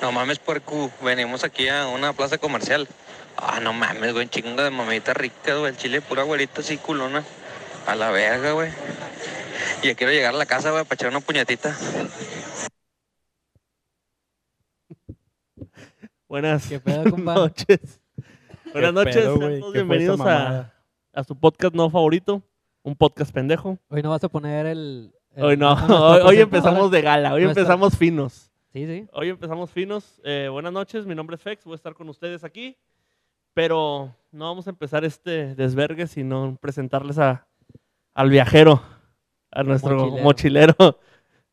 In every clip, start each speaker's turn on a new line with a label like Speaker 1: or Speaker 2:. Speaker 1: No mames, puercu, venimos aquí a una plaza comercial. Ah, no mames, güey, chingo de mamita rica, güey, el chile pura güerita así culona. A la verga, güey. Y ya quiero llegar a la casa, güey, para echar una puñetita.
Speaker 2: Buenas
Speaker 3: ¿Qué pedo, compa?
Speaker 2: noches. Buenas noches,
Speaker 4: pedo,
Speaker 2: sean
Speaker 4: güey?
Speaker 2: todos
Speaker 4: ¿Qué fue esa
Speaker 2: bienvenidos a,
Speaker 4: mamada?
Speaker 2: a su podcast no favorito, un podcast pendejo.
Speaker 3: Hoy no vas a poner el.
Speaker 4: Eh,
Speaker 3: el-
Speaker 2: Hoy no,
Speaker 3: a nuestra
Speaker 2: hoy, hoy
Speaker 3: presentadora.
Speaker 2: empezamos de gala, hoy
Speaker 3: No está.
Speaker 2: empezamos finos.
Speaker 3: Sí, sí.
Speaker 2: Hoy empezamos finos. Eh, buenas noches, mi nombre es Fex, voy a estar con ustedes aquí, pero no vamos a empezar este desvergue sino presentarles a, al viajero, a nuestro mochilero.
Speaker 3: Mochilero.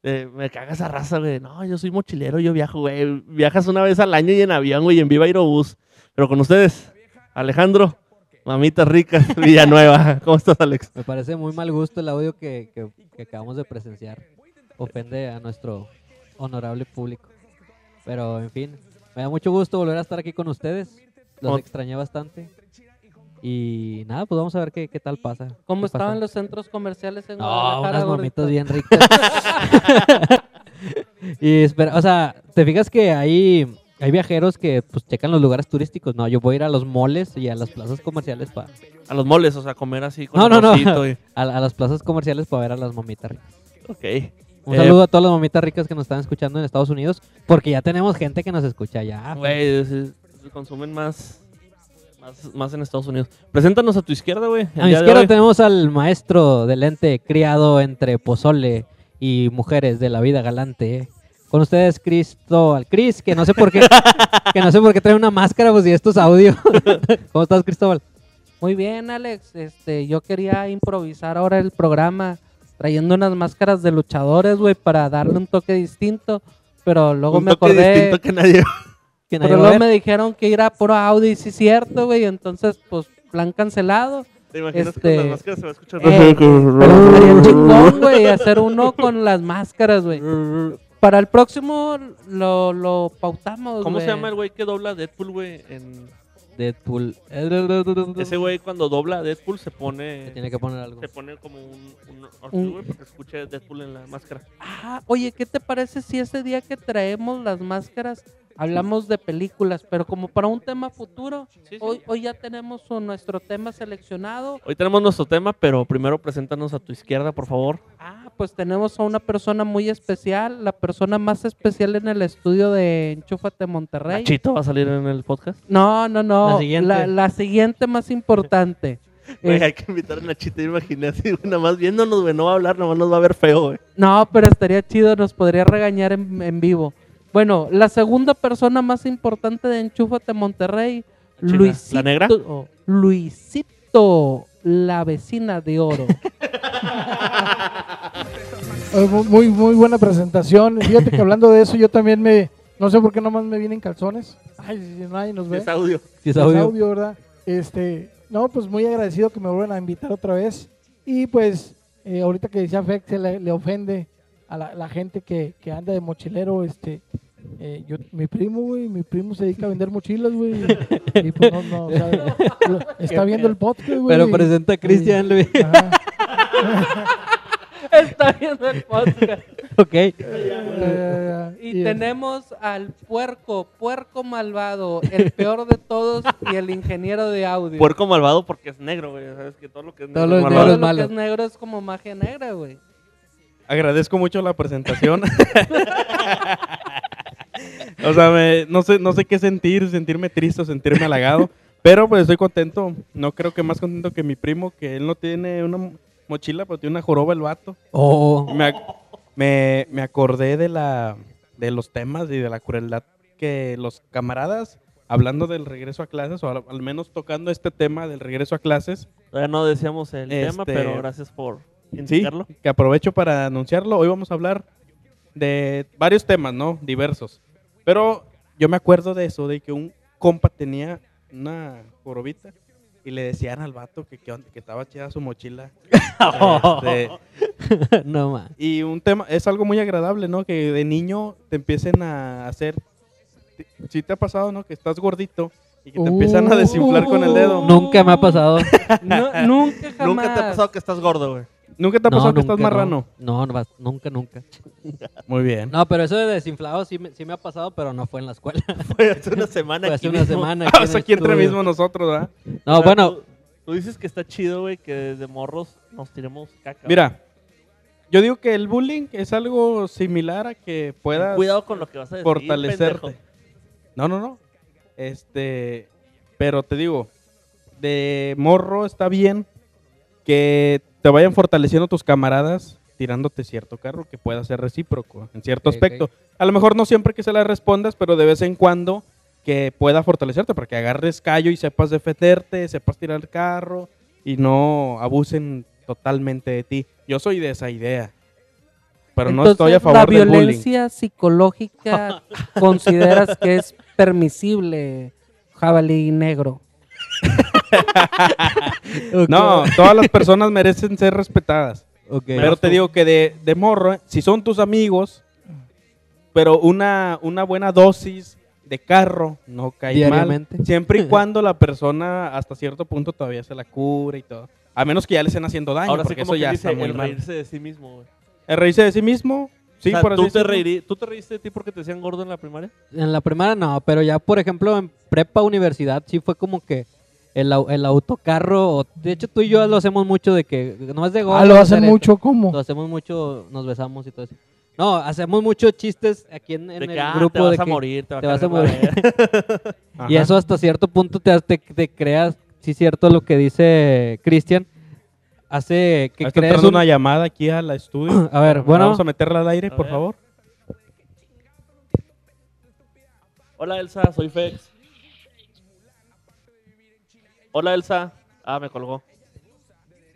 Speaker 2: Eh, me caga esa raza, güey. No, yo soy mochilero, yo viajo, güey. Viajas una vez al año y en avión, güey, y en Viva Aerobús. Pero con ustedes, Alejandro, Mamitas Ricas, Villanueva. ¿Cómo estás, Alex?
Speaker 3: Me parece muy mal gusto el audio que, que- que acabamos de presenciar. Ofende a nuestro honorable público. Pero, en fin, me da mucho gusto volver a estar aquí con ustedes.
Speaker 2: ¿Cómo-
Speaker 3: Los extrañé bastante. Y nada, pues vamos a ver qué, qué tal pasa.
Speaker 5: ¿Cómo
Speaker 3: ¿Qué
Speaker 5: estaban
Speaker 3: pasó?
Speaker 5: los centros comerciales en
Speaker 3: No,
Speaker 5: Guadalajara?
Speaker 3: unas
Speaker 5: gordito?
Speaker 3: mamitas bien ricas. y espera, o sea, te fijas que hay, hay viajeros que pues checan los lugares turísticos. No, yo voy a ir a los moles y a las plazas comerciales para
Speaker 2: A los moles, o sea, comer así con
Speaker 3: No,
Speaker 2: el
Speaker 3: no, no.
Speaker 2: arrocito y-
Speaker 3: a, a las plazas comerciales para ver a las mamitas ricas.
Speaker 2: Ok.
Speaker 3: Un
Speaker 2: Eh,
Speaker 3: saludo a todas las mamitas ricas que nos están escuchando en Estados Unidos, porque ya tenemos gente que nos escucha ya.
Speaker 2: Güey, se- se consumen más, más, más en Estados Unidos. Preséntanos a tu izquierda, güey. el
Speaker 3: A mi
Speaker 2: día de
Speaker 3: izquierda
Speaker 2: hoy.
Speaker 3: tenemos al maestro del ente criado entre pozole y mujeres de la vida galante. Con ustedes, Cristóbal. Cris, que no sé por qué, que no sé por qué trae una máscara, pues, y esto es audio. ¿Cómo estás, Cristóbal?
Speaker 5: Muy bien, Alex. Este, yo quería improvisar ahora el programa trayendo unas máscaras de luchadores, güey, para darle un toque distinto. Pero luego
Speaker 2: Un
Speaker 5: me
Speaker 2: toque
Speaker 5: acordé.
Speaker 2: distinto que nadie.
Speaker 3: Que nadie
Speaker 5: Pero
Speaker 3: va a ver.
Speaker 5: luego me dijeron que ir a puro Audi, sí, cierto, güey. Entonces, pues, plan cancelado.
Speaker 2: ¿Te imaginas que
Speaker 5: Este-
Speaker 2: con las máscaras se va a escuchar?
Speaker 5: Eh, Pero estaría chingón, güey, hacer uno con las máscaras, güey. Para el próximo lo, lo pautamos,
Speaker 2: ¿Cómo se
Speaker 5: güey.
Speaker 2: llama el güey que dobla a Deadpool, güey? En-
Speaker 3: Deadpool.
Speaker 2: Ese güey cuando dobla a Deadpool se pone...
Speaker 3: Se tiene que poner algo.
Speaker 2: Se pone como un, un orfeo,
Speaker 5: Un-
Speaker 2: güey, porque escucha Deadpool en la máscara.
Speaker 5: Ah, oye, ¿qué te parece si ese día que traemos las máscaras hablamos de películas, pero como para un tema futuro? Hoy, hoy ya tenemos un- nuestro tema seleccionado.
Speaker 2: Hoy tenemos nuestro tema, pero primero preséntanos a tu izquierda, por favor.
Speaker 5: Ah, pues tenemos a una persona muy especial, la persona más especial en el estudio de Enchúfate Monterrey.
Speaker 2: Nachito va a salir en el podcast.
Speaker 5: No, no, no.
Speaker 3: La siguiente.
Speaker 5: la siguiente más importante.
Speaker 2: Güey, hay que invitar a Nachito, yo imaginé así, güey, nada más viéndonos, güey, no va a hablar, nada más nos va a ver feo, güey.
Speaker 5: No, pero estaría chido, nos podría regañar en, en vivo. Bueno, la segunda persona más importante de Enchúfate Monterrey,
Speaker 2: Chinga,
Speaker 5: Luisito.
Speaker 2: ¿la negra?
Speaker 5: Luisito, la vecina de oro.
Speaker 4: Eh, mu- Muy, muy buena presentación. Fíjate que hablando de eso, yo también me. No sé por qué nomás me vienen calzones. Ay, si- si nadie nos ve.
Speaker 2: Es audio.
Speaker 3: Si es
Speaker 4: Es
Speaker 3: audio.
Speaker 4: audio, ¿verdad? Este, no, pues muy agradecido que me vuelvan a invitar otra vez. Y pues, eh, ahorita que decía Fex, se le, le ofende a la, la gente que, que anda de mochilero, este. eh, yo, mi primo, güey, mi primo se dedica a vender mochilas, güey. Y pues no, no, o sea, lo- está viendo el podcast, güey.
Speaker 3: Pero presenta a Cristian, Luis.
Speaker 4: Ajá.
Speaker 5: Está viendo el podcast.
Speaker 3: ok.
Speaker 4: Eh,
Speaker 5: Y
Speaker 4: y-
Speaker 5: tenemos al puerco, puerco malvado, el peor de todos y el ingeniero de audio.
Speaker 2: Puerco malvado porque es negro, güey. Sabes que todo lo que es
Speaker 3: Todo
Speaker 2: negro
Speaker 3: lo
Speaker 2: es
Speaker 3: es
Speaker 2: malvado.
Speaker 3: negro
Speaker 5: Todo lo
Speaker 3: es malo.
Speaker 5: que es negro es como magia negra, güey.
Speaker 6: Agradezco mucho la presentación. o sea, me- no, sé, no sé qué sentir, sentirme triste o sentirme halagado, pero pues estoy contento. No creo que más contento que mi primo, que él no tiene una mo- mochila, pero tiene una joroba el vato.
Speaker 3: Oh,
Speaker 6: Me, ac- me, me acordé de, la, de los temas y de la crueldad que los camaradas, hablando del regreso a clases, o al, al menos tocando este tema del regreso a clases,
Speaker 2: Todavía no decíamos el tema,
Speaker 6: Este-
Speaker 2: pero gracias por
Speaker 6: Sí,
Speaker 2: indicarlo.
Speaker 6: que aprovecho para anunciarlo. Hoy vamos a hablar de varios temas, ¿no? Diversos. Pero yo me acuerdo de eso, de que un compa tenía una jorobita y le decían al vato que, qué onda, que estaba chida su mochila. Este,
Speaker 3: no más.
Speaker 6: y un tema, es algo muy agradable, ¿no? Que de niño te empiecen a hacer... Si te ha pasado, ¿no? Que estás gordito y que te
Speaker 5: Uh.
Speaker 6: empiezan a desinflar con el dedo.
Speaker 3: Uh, Nunca me ha pasado.
Speaker 5: No, nunca jamás.
Speaker 2: Nunca te ha pasado que estás gordo, güey.
Speaker 6: ¿Nunca te ha
Speaker 3: No,
Speaker 6: pasado que
Speaker 3: nunca,
Speaker 6: estás marrano?
Speaker 3: No, no, vas- nunca, nunca.
Speaker 6: Muy bien.
Speaker 3: No, pero eso de desinflado sí me, sí me ha pasado, pero no fue en la escuela.
Speaker 2: Fue hace una semana
Speaker 3: fue hace
Speaker 2: aquí
Speaker 3: una
Speaker 2: mismo.
Speaker 3: semana.
Speaker 6: Ah, o sea,
Speaker 3: el
Speaker 6: aquí entre
Speaker 3: estudio.
Speaker 6: mismos nosotros, ¿verdad?
Speaker 3: No,
Speaker 2: O sea,
Speaker 3: bueno,
Speaker 2: Tú, tú dices que está chido, güey, que desde morros nos tiremos caca. güey.
Speaker 6: Mira, yo digo que el bullying es algo similar a que puedas...
Speaker 2: Cuidado con lo que vas a decir.
Speaker 6: fortalecerte.
Speaker 2: pendejo.
Speaker 6: No, no, no. Este, pero te digo, de morro está bien que te vayan fortaleciendo tus camaradas tirándote cierto carro que pueda ser recíproco en cierto
Speaker 3: Ok, ok.
Speaker 6: aspecto. A lo mejor no siempre que se la respondas, pero de vez en cuando que pueda fortalecerte para que agarres callo y sepas defenderte, sepas tirar el carro y no abusen totalmente de ti. Yo soy de esa idea. Pero no estoy a
Speaker 5: Entonces,
Speaker 6: favor
Speaker 5: La
Speaker 6: del bullying.
Speaker 5: violencia psicológica consideras que es permisible, jabalí negro.
Speaker 6: No, todas las personas merecen ser respetadas.
Speaker 3: ok.
Speaker 6: Pero te digo que de, de morro, eh, si son tus amigos, pero una, una buena dosis de carro no cae mal.
Speaker 3: Diariamente.
Speaker 6: Siempre y cuando la persona hasta cierto punto todavía se la cura y todo. A menos que ya le estén haciendo daño,
Speaker 2: Ahora sí,
Speaker 6: porque
Speaker 2: como
Speaker 6: eso
Speaker 2: que
Speaker 6: ya
Speaker 2: dice
Speaker 6: está muy
Speaker 2: el
Speaker 6: mal.
Speaker 2: reírse de sí mismo, güey.
Speaker 6: El reírse de sí mismo, sí,
Speaker 2: O sea,
Speaker 6: por así
Speaker 2: ¿tú, te
Speaker 6: decirlo.
Speaker 2: reirí- ¿Tú te reíste de ti porque te decían gordo en la primaria?
Speaker 3: En la primera no, pero ya, por ejemplo, en prepa, universidad, sí fue como que el, au- el autocarro. o- de hecho, tú y yo lo hacemos mucho de que no es de gordo.
Speaker 4: Ah, lo
Speaker 3: hacer
Speaker 4: hacen
Speaker 3: esto.
Speaker 4: mucho, ¿cómo?
Speaker 3: Lo hacemos mucho, nos besamos y todo eso. No, hacemos muchos chistes aquí en, en
Speaker 2: de
Speaker 3: el
Speaker 2: que, ah,
Speaker 3: grupo
Speaker 2: te vas
Speaker 3: de
Speaker 2: a
Speaker 3: que-
Speaker 2: morir, te, va
Speaker 3: te vas a
Speaker 2: cargar la
Speaker 3: morir.
Speaker 2: verga.
Speaker 6: Ajá.
Speaker 3: Y eso hasta cierto punto te, te, te creas, sí cierto lo que dice Cristian, hace que
Speaker 6: Ahí Está
Speaker 3: crees
Speaker 6: entrando
Speaker 3: un-
Speaker 6: una llamada aquí al estudio.
Speaker 3: A ver, bueno,
Speaker 6: Vamos a meterla al aire,
Speaker 2: A
Speaker 6: por
Speaker 2: ver.
Speaker 6: favor.
Speaker 2: Hola, Elsa, soy Fex. Hola, Elsa. Ah, me colgó.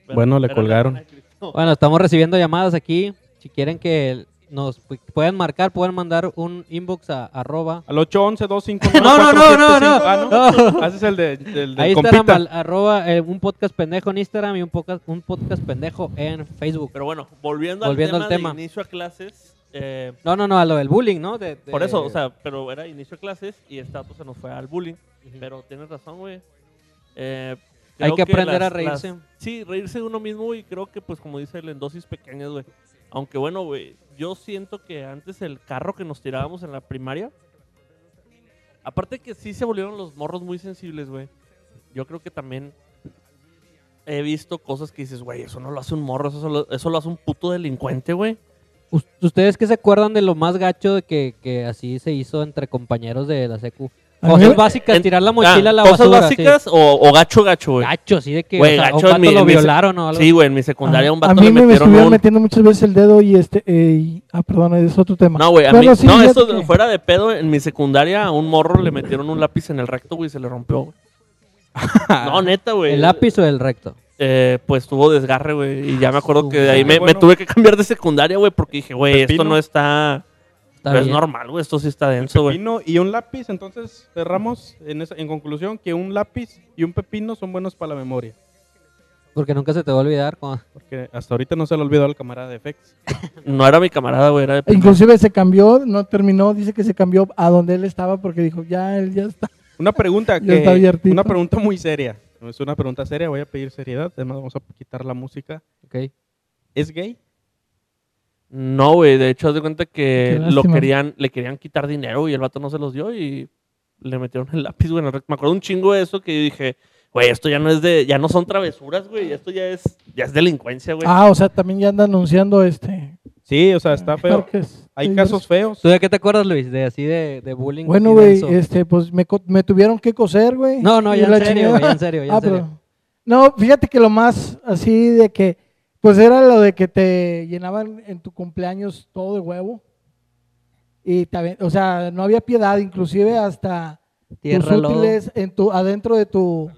Speaker 2: Pero-
Speaker 6: Bueno, le
Speaker 2: pero
Speaker 6: colgaron.
Speaker 2: ay, Cristo.
Speaker 3: bueno, estamos recibiendo llamadas aquí. Si quieren que nos pu- pueden marcar, pueden mandar un inbox a arroba.
Speaker 6: Al 811 259
Speaker 3: No, no, no, no, no.
Speaker 6: Ah,
Speaker 3: no.
Speaker 6: Haces el de, del, del
Speaker 3: Ahí Instagram,
Speaker 6: compita.
Speaker 3: al- arroba eh, un podcast pendejo en Instagram y un podcast, un podcast pendejo en Facebook.
Speaker 2: Pero bueno, volviendo,
Speaker 3: Volviendo
Speaker 2: al
Speaker 3: al
Speaker 2: tema,
Speaker 3: tema.
Speaker 2: de inicio a clases. eh,
Speaker 3: No, no, no, a lo del bullying, ¿no? De- de-
Speaker 2: por eso, o sea, pero era inicio a clases y el pues, se nos fue al bullying. Pero tienes razón, güey. Eh,
Speaker 3: Hay
Speaker 2: creo
Speaker 3: que aprender
Speaker 2: las-
Speaker 3: a reírse.
Speaker 2: las- sí, reírse de uno mismo y creo que, pues, como dice él, en dosis pequeñas, güey. Aunque bueno, güey, yo siento que antes el carro que nos tirábamos en la primaria, aparte que sí se volvieron los morros muy sensibles, güey. Yo creo que también he visto cosas que dices, güey, eso no lo hace un morro, eso lo, eso lo hace un puto delincuente, güey.
Speaker 3: Us- ¿Ustedes qué se acuerdan de lo más gacho de que, que así se hizo entre compañeros de la secu?
Speaker 4: A mí
Speaker 3: Cosas
Speaker 4: me-
Speaker 3: básicas,
Speaker 2: en-
Speaker 3: tirar la
Speaker 2: Ah,
Speaker 3: mochila a la
Speaker 2: ¿Cosas
Speaker 3: basura. sí.
Speaker 2: básicas o, o gacho, gacho, güey?
Speaker 3: Gacho, así de que
Speaker 2: Güey,
Speaker 3: o sea, a
Speaker 2: gacho en
Speaker 3: un
Speaker 2: mi-
Speaker 3: vato lo
Speaker 2: en mi se-
Speaker 3: violaron o algo.
Speaker 2: Sí, güey, en mi secundaria un vato
Speaker 4: a mí
Speaker 2: le
Speaker 4: me
Speaker 2: metieron
Speaker 4: estuvieron
Speaker 2: un...
Speaker 4: metiendo muchas veces el dedo y este. eh, y- ah, perdón, es otro tema.
Speaker 2: No, güey, a mí...
Speaker 4: Bueno, sí,
Speaker 2: no,
Speaker 4: fíjate
Speaker 2: eso
Speaker 4: que-
Speaker 2: fuera de pedo, en mi secundaria a un morro le metieron un lápiz en el recto, güey, y se le rompió, güey. No, neta, güey.
Speaker 3: ¿El lápiz o el recto?
Speaker 2: Eh, pues tuvo desgarre, güey, y ya me acuerdo que de ahí me,
Speaker 6: Ah, bueno.
Speaker 2: me tuve que cambiar de secundaria, güey, porque dije, güey, esto
Speaker 6: Pepino.
Speaker 2: no está...
Speaker 3: Está
Speaker 2: no es
Speaker 3: bien.
Speaker 2: normal, güey, esto sí está denso, güey.
Speaker 6: Pepino y un lápiz, entonces cerramos en, esa- en conclusión que un lápiz y un pepino son buenos para la memoria.
Speaker 3: Porque nunca se te va a olvidar. cuando-
Speaker 6: Porque hasta ahorita no se le olvidó al camarada de Fex.
Speaker 2: No era mi camarada, güey, era de... Pepino.
Speaker 4: Inclusive se cambió, no terminó, dice que se cambió a donde él estaba porque dijo, ya, él ya está.
Speaker 6: Una pregunta
Speaker 4: Ya está
Speaker 6: que,
Speaker 4: abiertito.
Speaker 6: una pregunta muy seria. Es una pregunta seria, voy a pedir seriedad. Además, vamos a quitar la música.
Speaker 3: ok.
Speaker 6: ¿Es gay?
Speaker 2: No, güey, de hecho, haz de cuenta que
Speaker 4: Qué
Speaker 2: lo
Speaker 4: lástima.
Speaker 2: querían, le querían quitar dinero y el vato no se los dio y le metieron el lápiz, güey. en el recto. Me acuerdo un chingo de eso que yo dije, güey, esto ya no es de, ya no son travesuras, güey, esto ya es, ya es delincuencia, güey.
Speaker 4: Ah, o sea, también ya anda anunciando este.
Speaker 6: Sí, o sea, está feo.
Speaker 4: Parques. eh,
Speaker 6: Hay casos feos.
Speaker 3: ¿Tú de qué te acuerdas, Luis? De así de, de bullying.
Speaker 4: Bueno,
Speaker 3: así
Speaker 4: güey,
Speaker 3: denso.
Speaker 4: este, pues me, co- me tuvieron que coser, güey.
Speaker 3: No, no,
Speaker 4: Y
Speaker 3: ya
Speaker 4: la
Speaker 3: en serio,
Speaker 4: chingada.
Speaker 3: güey, ya en serio, ya en
Speaker 4: Ah,
Speaker 3: serio.
Speaker 4: pero- No, fíjate que lo más así de que, pues era lo de que te llenaban en tu cumpleaños todo de huevo. Y también, o sea, no había piedad, inclusive hasta
Speaker 3: Tierra,
Speaker 4: tus
Speaker 3: lodo.
Speaker 4: útiles en tu, adentro de tu,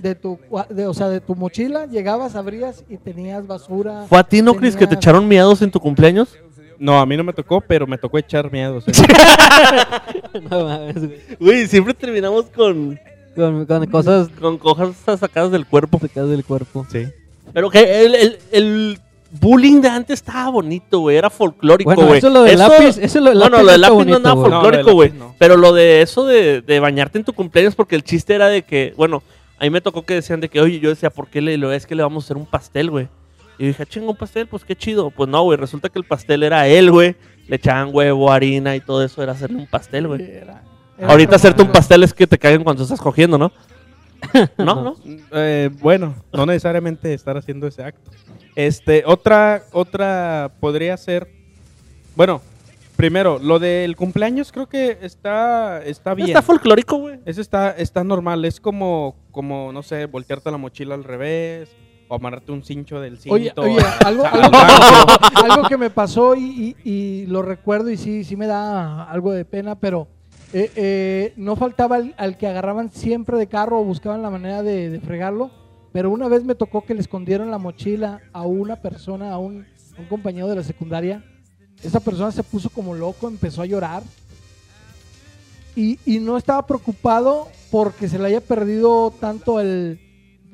Speaker 4: de tu, cua- de- o sea, de tu mochila, llegabas, abrías y tenías basura.
Speaker 2: ¿Fue a ti, no, Cris, que te
Speaker 4: tenías-
Speaker 2: echaron miados en tu cumpleaños?
Speaker 6: No, a mí no me tocó, pero me tocó echar miedos. ¿eh?
Speaker 3: No mames, güey.
Speaker 2: Güey, siempre terminamos con,
Speaker 3: Con, con cosas
Speaker 2: con cojas sacadas del cuerpo.
Speaker 3: sacadas del cuerpo.
Speaker 6: Sí.
Speaker 2: Pero que el, el- el bullying de antes estaba bonito, güey, era folclórico, güey.
Speaker 3: Bueno, eso lo del lápiz, eso lo del
Speaker 2: No,
Speaker 3: lápiz
Speaker 2: no, lo del
Speaker 3: está
Speaker 2: lápiz no
Speaker 3: bonito,
Speaker 2: es nada
Speaker 3: güey.
Speaker 6: No,
Speaker 2: folclórico,
Speaker 6: lo del
Speaker 2: güey.
Speaker 6: lápiz no.
Speaker 2: Pero lo de eso de, de bañarte en tu cumpleaños, porque el chiste era de que, bueno, a mí me tocó que decían de que, oye, yo decía, ¿por qué le, lo es que le vamos a hacer un pastel, güey? Y dije, chinga, un pastel, pues qué chido. Pues no, güey, resulta que el pastel era él, güey. Le echaban huevo, harina y todo eso, era hacerle un pastel, güey.
Speaker 4: Era- era
Speaker 2: Ahorita
Speaker 4: otro
Speaker 2: hacerte un
Speaker 4: mundo.
Speaker 2: pastel es que te caigan cuando estás cogiendo, ¿no? No, no.
Speaker 6: Eh, bueno, no necesariamente estar haciendo ese acto. Este, otra, otra podría ser. Bueno, primero, lo del cumpleaños creo que está, está bien.
Speaker 2: Está folclórico, güey.
Speaker 6: Eso está, está normal. Es como, como, no sé, voltearte la mochila al revés o amarrarte un cincho del cinto.
Speaker 4: Oye, oye, algo,
Speaker 6: Sa-
Speaker 4: algo-
Speaker 6: Sancho.
Speaker 4: algo que me pasó y, y- y lo recuerdo y sí, sí me da algo de pena, pero eh, eh, no faltaba al, al que agarraban siempre de carro o buscaban la manera de, de fregarlo, pero una vez me tocó que le escondieron la mochila a una persona, a un, un compañero de la secundaria. Esa persona se puso como loco, empezó a llorar y, y no estaba preocupado porque se le haya perdido tanto el,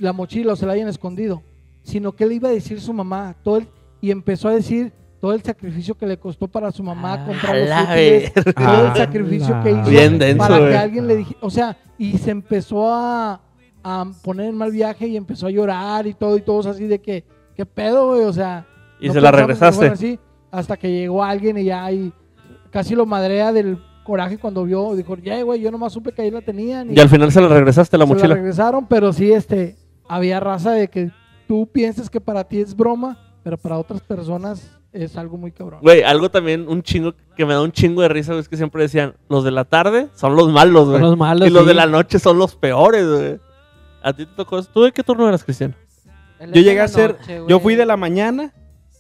Speaker 4: la mochila o se la hayan escondido sino que le iba a decir su mamá todo el- y empezó a decir todo el sacrificio que le costó para su mamá
Speaker 3: Ah,
Speaker 4: comprar los
Speaker 2: la
Speaker 4: útiles, todo el sacrificio que hizo
Speaker 2: Bien denso, eh.
Speaker 4: para
Speaker 2: güey.
Speaker 4: que alguien le dijera, o sea, y se empezó a, a poner en mal viaje y empezó a llorar y todo y todos así de que qué pedo, güey, o sea,
Speaker 2: Y
Speaker 4: no
Speaker 2: se la
Speaker 4: pensamos que
Speaker 2: regresaste.
Speaker 4: fuera así, hasta que llegó alguien y ya y casi lo madrea del coraje cuando vio, dijo, "Ya, güey, yo nomás supe que ahí la tenían."
Speaker 2: Y al final se la regresaste la
Speaker 4: se la
Speaker 2: mochila.
Speaker 4: regresaron, pero sí, este, había raza de que tú piensas que para ti es broma, pero para otras personas es algo muy cabrón.
Speaker 2: Güey, algo también, un chingo, que me da un chingo de risa, güey, es que siempre decían, los de la tarde son los malos,
Speaker 3: Son
Speaker 2: güey.
Speaker 3: los malos.
Speaker 2: y los
Speaker 3: sí.
Speaker 2: de la noche son los peores, güey. A ti te tocó eso. ¿Tú de qué turno eras, Cristian?
Speaker 5: Él
Speaker 6: Yo
Speaker 5: es de
Speaker 6: llegué
Speaker 5: la
Speaker 6: a ser-
Speaker 5: noche,
Speaker 6: Yo
Speaker 5: güey,
Speaker 6: fui de la mañana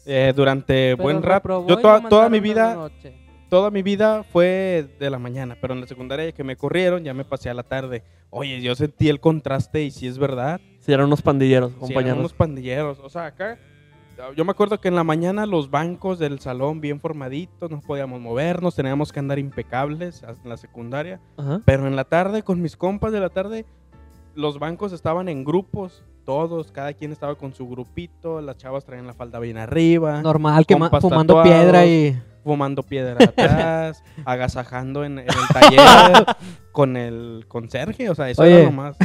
Speaker 6: eh, durante
Speaker 5: pero
Speaker 6: buen rato.
Speaker 5: reprobó
Speaker 6: Yo
Speaker 5: y
Speaker 6: toda,
Speaker 5: lo
Speaker 6: toda mi
Speaker 5: mandaron a la
Speaker 6: vida,
Speaker 5: noche.
Speaker 6: toda mi vida fue de la mañana, pero en la secundaria que me corrieron ya me pasé a la tarde. Oye, yo sentí el contraste y si es verdad.
Speaker 2: Si eran unos pandilleros,
Speaker 6: Sí, eran
Speaker 2: compañeros.
Speaker 6: unos pandilleros. O sea, acá. Yo me acuerdo que en la mañana los bancos del salón bien formaditos, no podíamos movernos, teníamos que andar impecables en la secundaria.
Speaker 2: Ajá.
Speaker 6: Pero en la tarde, con mis compas de la tarde, los bancos estaban en grupos, todos, cada quien estaba con su grupito, las chavas traían la falda bien arriba,
Speaker 3: Normal, que ma-
Speaker 6: Compas
Speaker 3: fumando
Speaker 6: tatuados.
Speaker 3: piedra y.
Speaker 6: fumando piedra atrás, agasajando en, en el taller con el conserje, o sea, eso
Speaker 3: Oye.
Speaker 6: era lo más.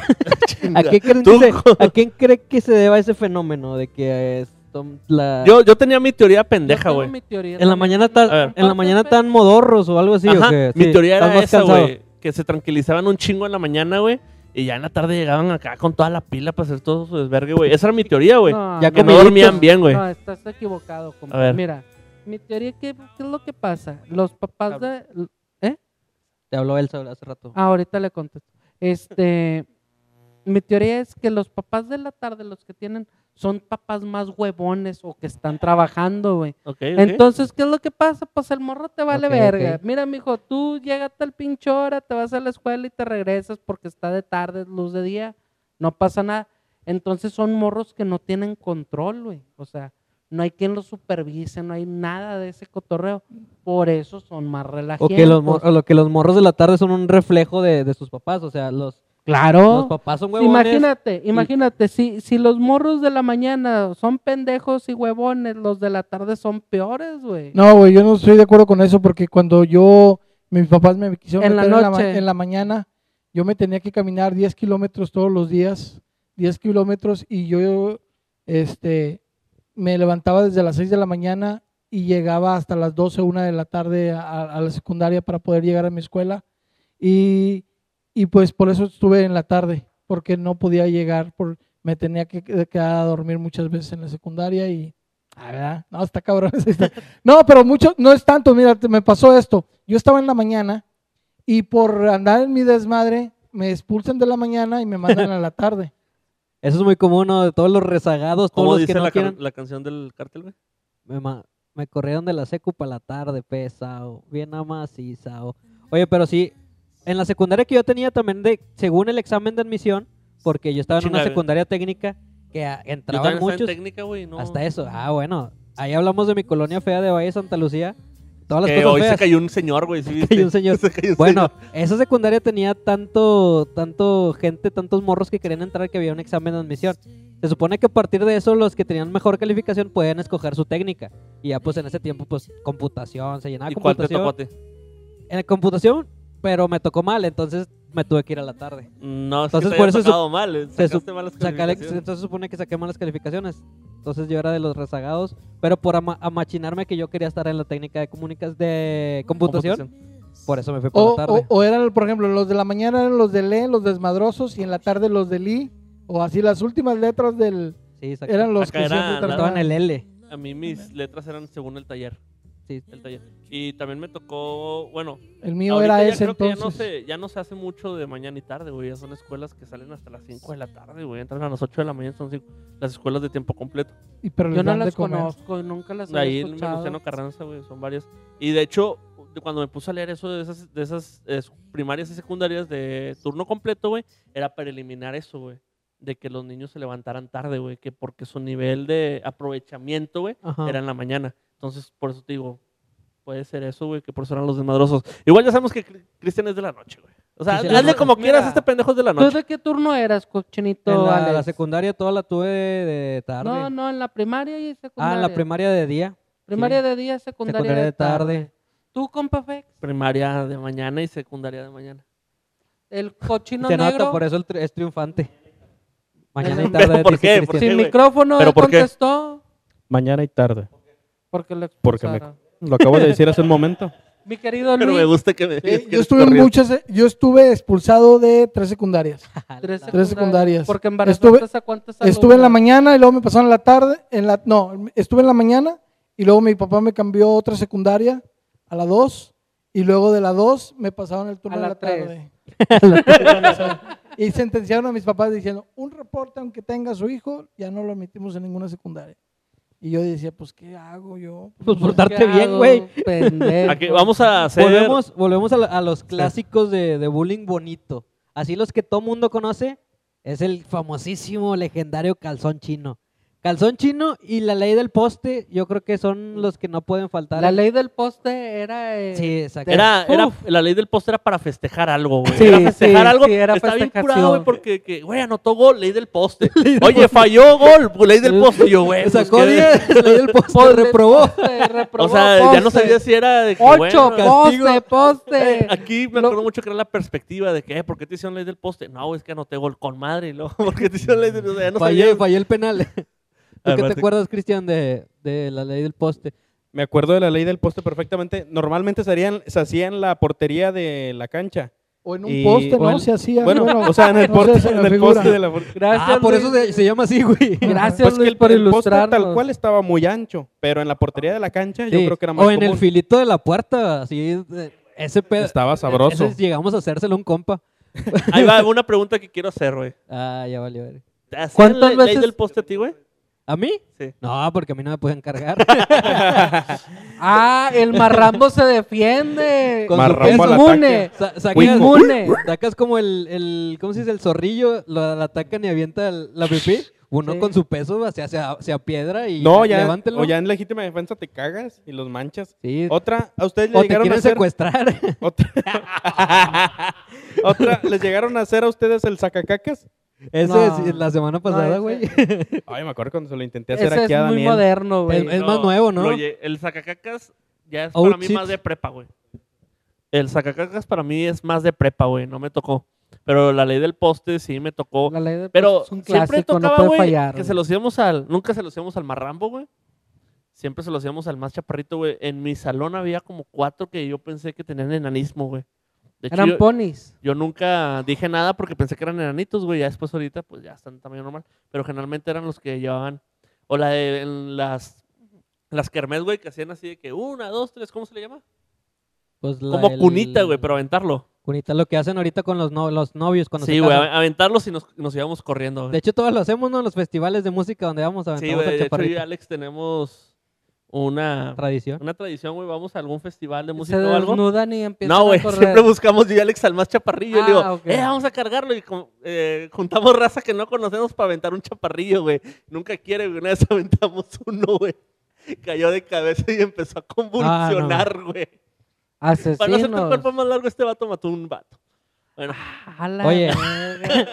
Speaker 3: ¿A, qué creen
Speaker 2: Tú-
Speaker 3: que se, a quién cree que se deba ese fenómeno de que eh, son la-
Speaker 2: Yo, yo tenía mi teoría
Speaker 5: Yo
Speaker 2: pendeja,
Speaker 5: tengo
Speaker 2: güey.
Speaker 5: mi teoría
Speaker 3: en la
Speaker 5: también.
Speaker 3: mañana
Speaker 2: A ver.
Speaker 3: tan, en la mañana tan modorros o algo así?
Speaker 2: Ajá,
Speaker 3: ¿o qué?
Speaker 2: Mi
Speaker 3: Sí,
Speaker 2: teoría
Speaker 3: estás
Speaker 2: era
Speaker 3: más
Speaker 2: esa,
Speaker 3: cansado.
Speaker 2: güey. Que se tranquilizaban un chingo en la mañana, güey. Y ya en la tarde llegaban acá con toda la pila para hacer todo su desvergue, güey. Esa era mi teoría, güey.
Speaker 5: No,
Speaker 3: Ya
Speaker 2: que no
Speaker 3: comiditos.
Speaker 2: dormían bien, güey.
Speaker 5: No, estás equivocado. compa.
Speaker 2: A ver.
Speaker 5: Mira, mi teoría, ¿qué, ¿qué es lo que pasa? Los papás de...
Speaker 3: Te habló Elsa hace rato.
Speaker 5: Ah, ahorita le contesto. Este, mi teoría es que los papás de la tarde, los que tienen, son papás más huevones o que están trabajando, güey.
Speaker 2: Ok, ok.
Speaker 5: Entonces, ¿qué es lo que pasa? Pues el morro te vale
Speaker 3: Ok,
Speaker 5: verga.
Speaker 3: ok.
Speaker 5: Mira, mijo, tú llegaste al pinche hora, te vas a la escuela y te regresas porque está de tarde, luz de día, no pasa nada. Entonces son morros que no tienen control, güey. O sea, no hay quien los supervise, no hay nada de ese cotorreo. Por eso son más
Speaker 3: O
Speaker 5: relajados.
Speaker 3: que, los mor- o lo que los morros de la tarde son un reflejo de, de sus papás. O sea, los, los
Speaker 5: Claro.
Speaker 3: papás son huevones.
Speaker 5: Imagínate, imagínate, si, si los morros de la mañana son pendejos y huevones, los de la tarde son peores, güey.
Speaker 4: No, güey, yo no estoy de acuerdo con eso porque cuando yo, mis papás me quisieron
Speaker 5: En la
Speaker 4: meter en, la, ma-
Speaker 5: noche.
Speaker 4: en la mañana, yo me tenía que caminar 10 kilómetros todos los días, 10 kilómetros y yo, este, me levantaba desde las 6 de la mañana y llegaba hasta las 12, 1 de la tarde a, a la secundaria para poder llegar a mi escuela y, y pues por eso estuve en la tarde, porque no podía llegar, por, me tenía que qu- quedar a dormir muchas veces en la secundaria y... Ah, ¿verdad? No, está cabrón. está- No, pero mucho, no es tanto. Mira, te- me pasó esto. Yo estaba en la mañana y por andar en mi desmadre me expulsan de la mañana y me mandan a la tarde.
Speaker 3: Eso es muy común, ¿no? De todos los rezagados,
Speaker 2: ¿Cómo
Speaker 3: todos los
Speaker 2: dice
Speaker 3: que no
Speaker 2: la, can-
Speaker 3: quieren.
Speaker 2: la canción del cartel, güey?
Speaker 3: Me, ma- me corrieron de la secu para la tarde, pesado. Bien amacizado. Oye, pero sí, en la secundaria que yo tenía también, de, según el examen de admisión, porque yo estaba en una
Speaker 2: Chingada.
Speaker 3: secundaria técnica que a-
Speaker 2: Yo
Speaker 3: entraban
Speaker 2: también estaba en
Speaker 3: muchos.
Speaker 2: técnica, güey. No.
Speaker 3: Hasta eso. Ah, bueno. Ahí hablamos de mi colonia fea de Valle Santa Lucía. Todas las
Speaker 2: Que
Speaker 3: cosas
Speaker 2: Eh, hoy se
Speaker 3: feas.
Speaker 2: cayó un señor, güey. ¿sí viste?
Speaker 3: cayó un señor.
Speaker 2: Se cayó un
Speaker 3: Bueno,
Speaker 2: señor.
Speaker 3: esa secundaria tenía tanto, tanto gente, tantos morros que querían entrar que había un examen de admisión. Se supone que a partir de eso los que tenían mejor calificación podían escoger su técnica. Y ya pues en ese tiempo pues ah, computación, se llenaba
Speaker 2: ¿Y cuál te tocó a
Speaker 3: computación.
Speaker 2: ti?
Speaker 3: En computación, pero me tocó mal, entonces me tuve que ir a la tarde.
Speaker 2: No, es
Speaker 3: Entonces,
Speaker 2: que te
Speaker 3: por
Speaker 2: haya
Speaker 3: eso
Speaker 2: tocado mal. eh,
Speaker 3: se
Speaker 2: sacaste
Speaker 3: sup-
Speaker 2: malas
Speaker 3: Sacale-
Speaker 2: calificaciones.
Speaker 3: entonces se supone que saqué malas calificaciones. Entonces yo era de los rezagados, pero por ama- amachinarme que yo quería estar en la técnica de comunicas de computación, por eso me fui por
Speaker 4: O,
Speaker 3: la tarde.
Speaker 4: o- o eran, por ejemplo, los de la mañana eran los de Le, los desmadrosos, y en la tarde los de Li, o así las últimas letras del
Speaker 3: sí, saqué-
Speaker 4: oh. eran los
Speaker 2: Acá
Speaker 4: que
Speaker 2: era
Speaker 4: siempre
Speaker 2: la-
Speaker 3: estaba
Speaker 4: trataban.
Speaker 3: en el L.
Speaker 2: A mí mis letras eran según el taller.
Speaker 3: Sí.
Speaker 2: El taller. Y también me tocó, bueno,
Speaker 4: El mío
Speaker 2: ahorita
Speaker 4: era
Speaker 2: ya
Speaker 4: ese
Speaker 2: creo que ya no,
Speaker 4: entonces.
Speaker 2: se, ya no se hace mucho de mañana y tarde, güey. Ya son escuelas que salen hasta las 5 de la tarde, güey. Entran a las 8 de la mañana, son cinco- las escuelas de tiempo completo.
Speaker 4: Y pero
Speaker 5: Yo
Speaker 4: les
Speaker 5: no
Speaker 4: dan de
Speaker 5: las
Speaker 4: comer.
Speaker 5: conozco, nunca las
Speaker 2: De ahí
Speaker 5: he
Speaker 2: en Luciano
Speaker 5: escuchado.
Speaker 2: Carranza, güey, son varias. Y de hecho, de cuando me puse a leer eso de esas, de esas eh, primarias y secundarias de turno completo, güey, era para eliminar eso, güey. De que los niños se levantaran tarde, güey. Que porque su nivel de aprovechamiento, güey,
Speaker 3: Ajá.
Speaker 2: era en la mañana. Entonces, por eso te digo, puede ser eso, güey, que por eso eran los desmadrosos. Igual ya sabemos que Cri- Cristian es de la noche, güey. O sea,
Speaker 3: Cristian es
Speaker 2: hazle
Speaker 3: de-
Speaker 2: como quieras,
Speaker 5: Mira.
Speaker 2: este pendejo es de la
Speaker 5: ¿Tú
Speaker 2: noche.
Speaker 5: de qué turno eras, cochinito?
Speaker 3: En la,
Speaker 5: Alex?
Speaker 3: la secundaria toda la tuve de tarde.
Speaker 5: No, no, en la primaria y secundaria.
Speaker 3: ah, en la primaria de día,
Speaker 5: Primaria
Speaker 3: sí.
Speaker 5: de día, secundaria,
Speaker 3: secundaria de tarde.
Speaker 5: ¿Tú, compa Fex?
Speaker 2: Primaria de mañana y secundaria de mañana.
Speaker 5: El
Speaker 3: Y
Speaker 5: cochino
Speaker 3: se
Speaker 5: negro.
Speaker 3: nota, por eso el tri- es triunfante. Mañana y
Speaker 5: Pero
Speaker 3: tarde.
Speaker 2: ¿por
Speaker 3: dice
Speaker 2: qué?
Speaker 3: Cristian.
Speaker 2: ¿Por
Speaker 5: Sin
Speaker 2: güey?
Speaker 5: micrófono,
Speaker 6: ¿Pero
Speaker 5: él
Speaker 6: por qué?
Speaker 5: contestó.
Speaker 6: Mañana y tarde.
Speaker 5: Porque lo
Speaker 6: Porque me-
Speaker 5: expulsaron.
Speaker 6: Lo acabo de decir hace un momento.
Speaker 5: Mi querido
Speaker 2: Pero me
Speaker 5: Luis,
Speaker 2: gusta que me digas
Speaker 4: Eh,
Speaker 2: que
Speaker 4: yo
Speaker 2: eres
Speaker 4: estuve en
Speaker 2: corrido.
Speaker 4: muchas, yo estuve expulsado de tres secundarias.
Speaker 5: tres,
Speaker 4: Tres secundarias.
Speaker 5: Porque embarazaste
Speaker 4: Estuve-
Speaker 5: a cuántas
Speaker 4: Estuve en la
Speaker 5: alumnas.
Speaker 4: mañana y luego me pasaron a la tarde, en la no, estuve en la mañana y luego mi papá me cambió a otra secundaria a la 2 y luego de la 2 me pasaron el turno
Speaker 5: A
Speaker 4: de
Speaker 5: la
Speaker 4: la
Speaker 5: tres.
Speaker 4: tarde. O sea, y sentenciaron a mis papás diciendo, "Un reporte aunque tenga su hijo, ya no lo admitimos en ninguna secundaria." Y yo decía, "Pues qué hago yo?"
Speaker 3: Pues
Speaker 5: Pues,
Speaker 3: portarte
Speaker 5: ¿qué
Speaker 3: bien,
Speaker 5: hago,
Speaker 3: güey.
Speaker 5: pendejo?
Speaker 2: Aquí vamos a hacer.
Speaker 3: Volvemos, volvemos a, la- a los clásicos de, de bullying bonito. Así los que todo mundo conoce es el famosísimo, legendario calzón chino. Calzón chino y la ley del poste, yo creo que son los que no pueden faltar.
Speaker 5: La ley del poste era. eh,
Speaker 3: Sí, exacto.
Speaker 2: Era, era-
Speaker 5: Uf.
Speaker 2: la ley del poste era para festejar algo, güey.
Speaker 5: Sí,
Speaker 2: era festejar
Speaker 5: sí,
Speaker 2: algo.
Speaker 5: sí, era
Speaker 2: Está bien
Speaker 5: festejación.
Speaker 2: curado, güey, porque, que, güey, anotó gol, ley del poste. Oye, falló gol, pues, ley del poste. Y Yo, güey, pues,
Speaker 3: Sacó
Speaker 2: ¿qué?
Speaker 3: 10, ley del poste,
Speaker 5: Poste,
Speaker 3: reprobó.
Speaker 5: poste, reprobó,
Speaker 2: O sea, ya no
Speaker 5: poste.
Speaker 2: sabía si era de que,
Speaker 5: Ocho,
Speaker 2: bueno,
Speaker 5: poste, poste.
Speaker 2: eh, aquí me acuerdo mucho que era la perspectiva de que, eh, ¿por qué te hicieron ley del poste? No, güey, es que anoté gol con madre, y luego, ¿por qué te hicieron ley del poste? O sea, ya no
Speaker 3: Fallé,
Speaker 2: sabía.
Speaker 3: fallé el penal. ¿Tú qué
Speaker 2: Además,
Speaker 3: te
Speaker 2: te-
Speaker 3: acuerdas, Cristian, de, de la ley del poste?
Speaker 6: Me acuerdo de la ley del poste perfectamente. Normalmente se, harían- se hacía en la portería de la cancha.
Speaker 4: O en un
Speaker 6: Y-
Speaker 4: poste,
Speaker 6: o
Speaker 4: ¿no?
Speaker 6: en-
Speaker 4: Se hacía.
Speaker 6: Bueno, o sea, en el
Speaker 4: no sé,
Speaker 6: poste,
Speaker 4: se me
Speaker 6: en el
Speaker 4: figura.
Speaker 6: poste de la por-
Speaker 5: Gracias.
Speaker 3: Ah, por eso
Speaker 5: Luis.
Speaker 3: se, se llama así, güey.
Speaker 5: Gracias,
Speaker 6: Pues que
Speaker 5: Luis,
Speaker 6: el,
Speaker 5: por
Speaker 6: el poste
Speaker 5: ilustrar.
Speaker 6: tal cual estaba muy ancho, pero en la portería de la cancha yo
Speaker 3: Sí,
Speaker 6: creo que era más
Speaker 3: O en el
Speaker 6: común.
Speaker 3: filito de la puerta, así. de- Ese pedo.
Speaker 6: Estaba sabroso.
Speaker 3: Ese llegamos a hacérselo a un compa.
Speaker 2: Ahí va una pregunta que quiero hacer, güey.
Speaker 3: Ah, ya valió. ver.
Speaker 2: ¿Te hacían
Speaker 5: ¿Cuántas
Speaker 2: ley, ley
Speaker 5: veces-
Speaker 2: del poste a ti, güey?
Speaker 3: ¿A mí?
Speaker 2: Sí.
Speaker 3: No, porque a mí no me pueden cargar.
Speaker 5: Ah, el marrambo se defiende.
Speaker 3: Con
Speaker 6: Marrambo
Speaker 5: su
Speaker 6: al
Speaker 5: peso.
Speaker 6: ataque.
Speaker 5: Inmune.
Speaker 3: Sa-
Speaker 6: Uy,
Speaker 3: sacas,
Speaker 5: Inmune.
Speaker 3: sacas como el, el. ¿Cómo se dice? El zorrillo, lo atacan y avienta el- la pipí. Uno
Speaker 5: Sí.
Speaker 3: con su peso hacia, hacia, hacia piedra y
Speaker 6: No, ya,
Speaker 3: levántelo.
Speaker 6: o ya en legítima defensa te cagas y los manchas.
Speaker 3: Sí. O,
Speaker 6: Otra, a ustedes le
Speaker 3: te
Speaker 6: llegaron a
Speaker 3: quieren
Speaker 6: hacer
Speaker 3: secuestrar.
Speaker 6: otra, otra, les llegaron a hacer a ustedes el sacacacas.
Speaker 3: Ese
Speaker 5: No.
Speaker 3: es la semana pasada,
Speaker 5: No,
Speaker 3: güey.
Speaker 5: ese-
Speaker 6: Ay, me acuerdo cuando se lo intenté hacer
Speaker 5: Ese
Speaker 6: aquí a
Speaker 5: es muy
Speaker 6: Daniel.
Speaker 5: moderno, güey.
Speaker 3: Es- más nuevo, ¿no?
Speaker 2: lo lle- el sacacacas ya es
Speaker 3: Out
Speaker 2: para mí
Speaker 3: shit.
Speaker 2: más de prepa, güey. El sacacacas para mí es más de prepa, güey. No me tocó. Pero la ley del poste sí me tocó.
Speaker 5: La ley del
Speaker 2: Pero
Speaker 5: poste es un
Speaker 2: siempre
Speaker 5: clásico,
Speaker 2: tocaba,
Speaker 5: no puede
Speaker 2: güey,
Speaker 5: fallar.
Speaker 2: que se los íbamos al... Nunca se los íbamos al marrambo, güey. Siempre se los íbamos al más chaparrito, güey. En mi salón había como cuatro que yo pensé que tenían enanismo, güey. De hecho,
Speaker 5: Eran
Speaker 2: yo-
Speaker 5: ponis.
Speaker 2: yo nunca dije nada porque pensé que eran enanitos, güey. Ya después ahorita, pues ya están tamaño normal. Pero generalmente eran los que llevaban. O la de en las. Las kermés, güey, que hacían así de que una, dos, tres, ¿cómo se le llama?
Speaker 3: Pues la-
Speaker 2: Como
Speaker 3: el-
Speaker 2: cunita, güey, pero aventarlo.
Speaker 3: Cunita, lo que hacen ahorita con los, no- los novios cuando
Speaker 2: Sí,
Speaker 3: se
Speaker 2: güey,
Speaker 3: casan.
Speaker 2: a- aventarlos y nos, nos íbamos corriendo,
Speaker 3: De
Speaker 2: güey.
Speaker 3: hecho, todos lo hacemos, ¿no? En los festivales de música donde vamos a
Speaker 2: Sí,
Speaker 3: aventar
Speaker 2: güey,
Speaker 3: al
Speaker 2: de hecho, yo y
Speaker 3: chaparrito.
Speaker 2: Alex tenemos una,
Speaker 3: Tradición.
Speaker 2: una tradición, güey. Vamos a algún festival de
Speaker 5: Se
Speaker 2: música o algo.
Speaker 5: desnudan y empiezan
Speaker 2: No, güey,
Speaker 5: a correr.
Speaker 2: siempre buscamos yo y Alex al más chaparrillo. y le digo,
Speaker 5: Ah, ok.
Speaker 2: eh, vamos a cargarlo. Y como, eh, juntamos raza que no conocemos para aventar un chaparrillo, güey. Nunca quiere, güey. Una vez aventamos uno, güey. Cayó de cabeza y
Speaker 4: Ah,
Speaker 2: empezó a convulsionar, güey. Para no hacer tu
Speaker 5: Asesinos.
Speaker 2: cuerpo más largo, este vato mató un vato. Bueno,
Speaker 4: Ah,
Speaker 5: A la
Speaker 3: Oye.
Speaker 5: verga.
Speaker 4: eh.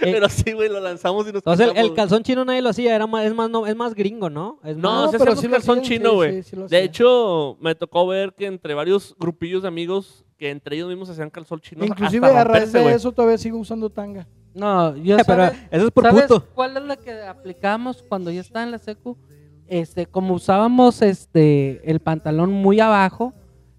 Speaker 2: pero sí, güey, lo lanzamos y nos
Speaker 3: Entonces, el, el
Speaker 2: quitamos, güey.
Speaker 3: calzón chino nadie lo hacía, era más, es, más, no, es más gringo, ¿no? Es
Speaker 2: No,
Speaker 3: más-
Speaker 2: se
Speaker 4: pero
Speaker 2: hacíamos
Speaker 4: sí lo
Speaker 2: calzón
Speaker 4: hacían,
Speaker 2: chino,
Speaker 4: sí,
Speaker 2: güey.
Speaker 4: sí, sí lo
Speaker 2: De
Speaker 4: hacían.
Speaker 2: hecho, me tocó ver que entre varios grupillos de amigos que entre ellos mismos se hacían calzón chino.
Speaker 4: Inclusive a raíz de eso todavía sigo usando tanga.
Speaker 5: No, yo
Speaker 3: Pero
Speaker 5: sabes,
Speaker 3: eso es por
Speaker 5: ¿sabes
Speaker 3: puto.
Speaker 5: cuál es la que aplicamos cuando yo estaba en la secu? Este, como usábamos este el pantalón muy abajo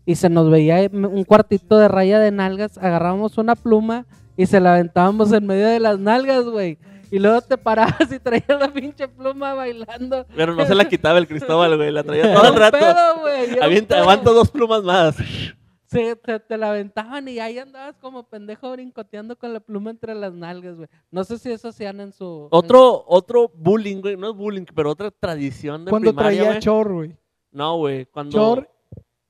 Speaker 5: y se nos veía un cuartito de raya de nalgas, agarrábamos una pluma y se la aventábamos en medio de las nalgas, güey. Y luego te parabas y traías la pinche pluma bailando.
Speaker 2: Pero no se la quitaba el Cristóbal, güey. La traía todo
Speaker 5: Era
Speaker 2: el
Speaker 5: un
Speaker 2: rato.
Speaker 5: pedo, güey, era un
Speaker 2: Avienta,
Speaker 5: pedo.
Speaker 2: aguanto dos plumas más.
Speaker 5: Se, se- te la aventaban y ahí andabas como pendejo brincoteando con la pluma entre las nalgas, güey. No sé si eso hacían en su... en
Speaker 2: Otro, otro bullying, güey. No es bullying, pero otra tradición de
Speaker 4: Cuando
Speaker 2: primaria,
Speaker 4: traía
Speaker 2: güey.
Speaker 4: chor, güey.
Speaker 2: No, güey. Cuando...
Speaker 4: Chor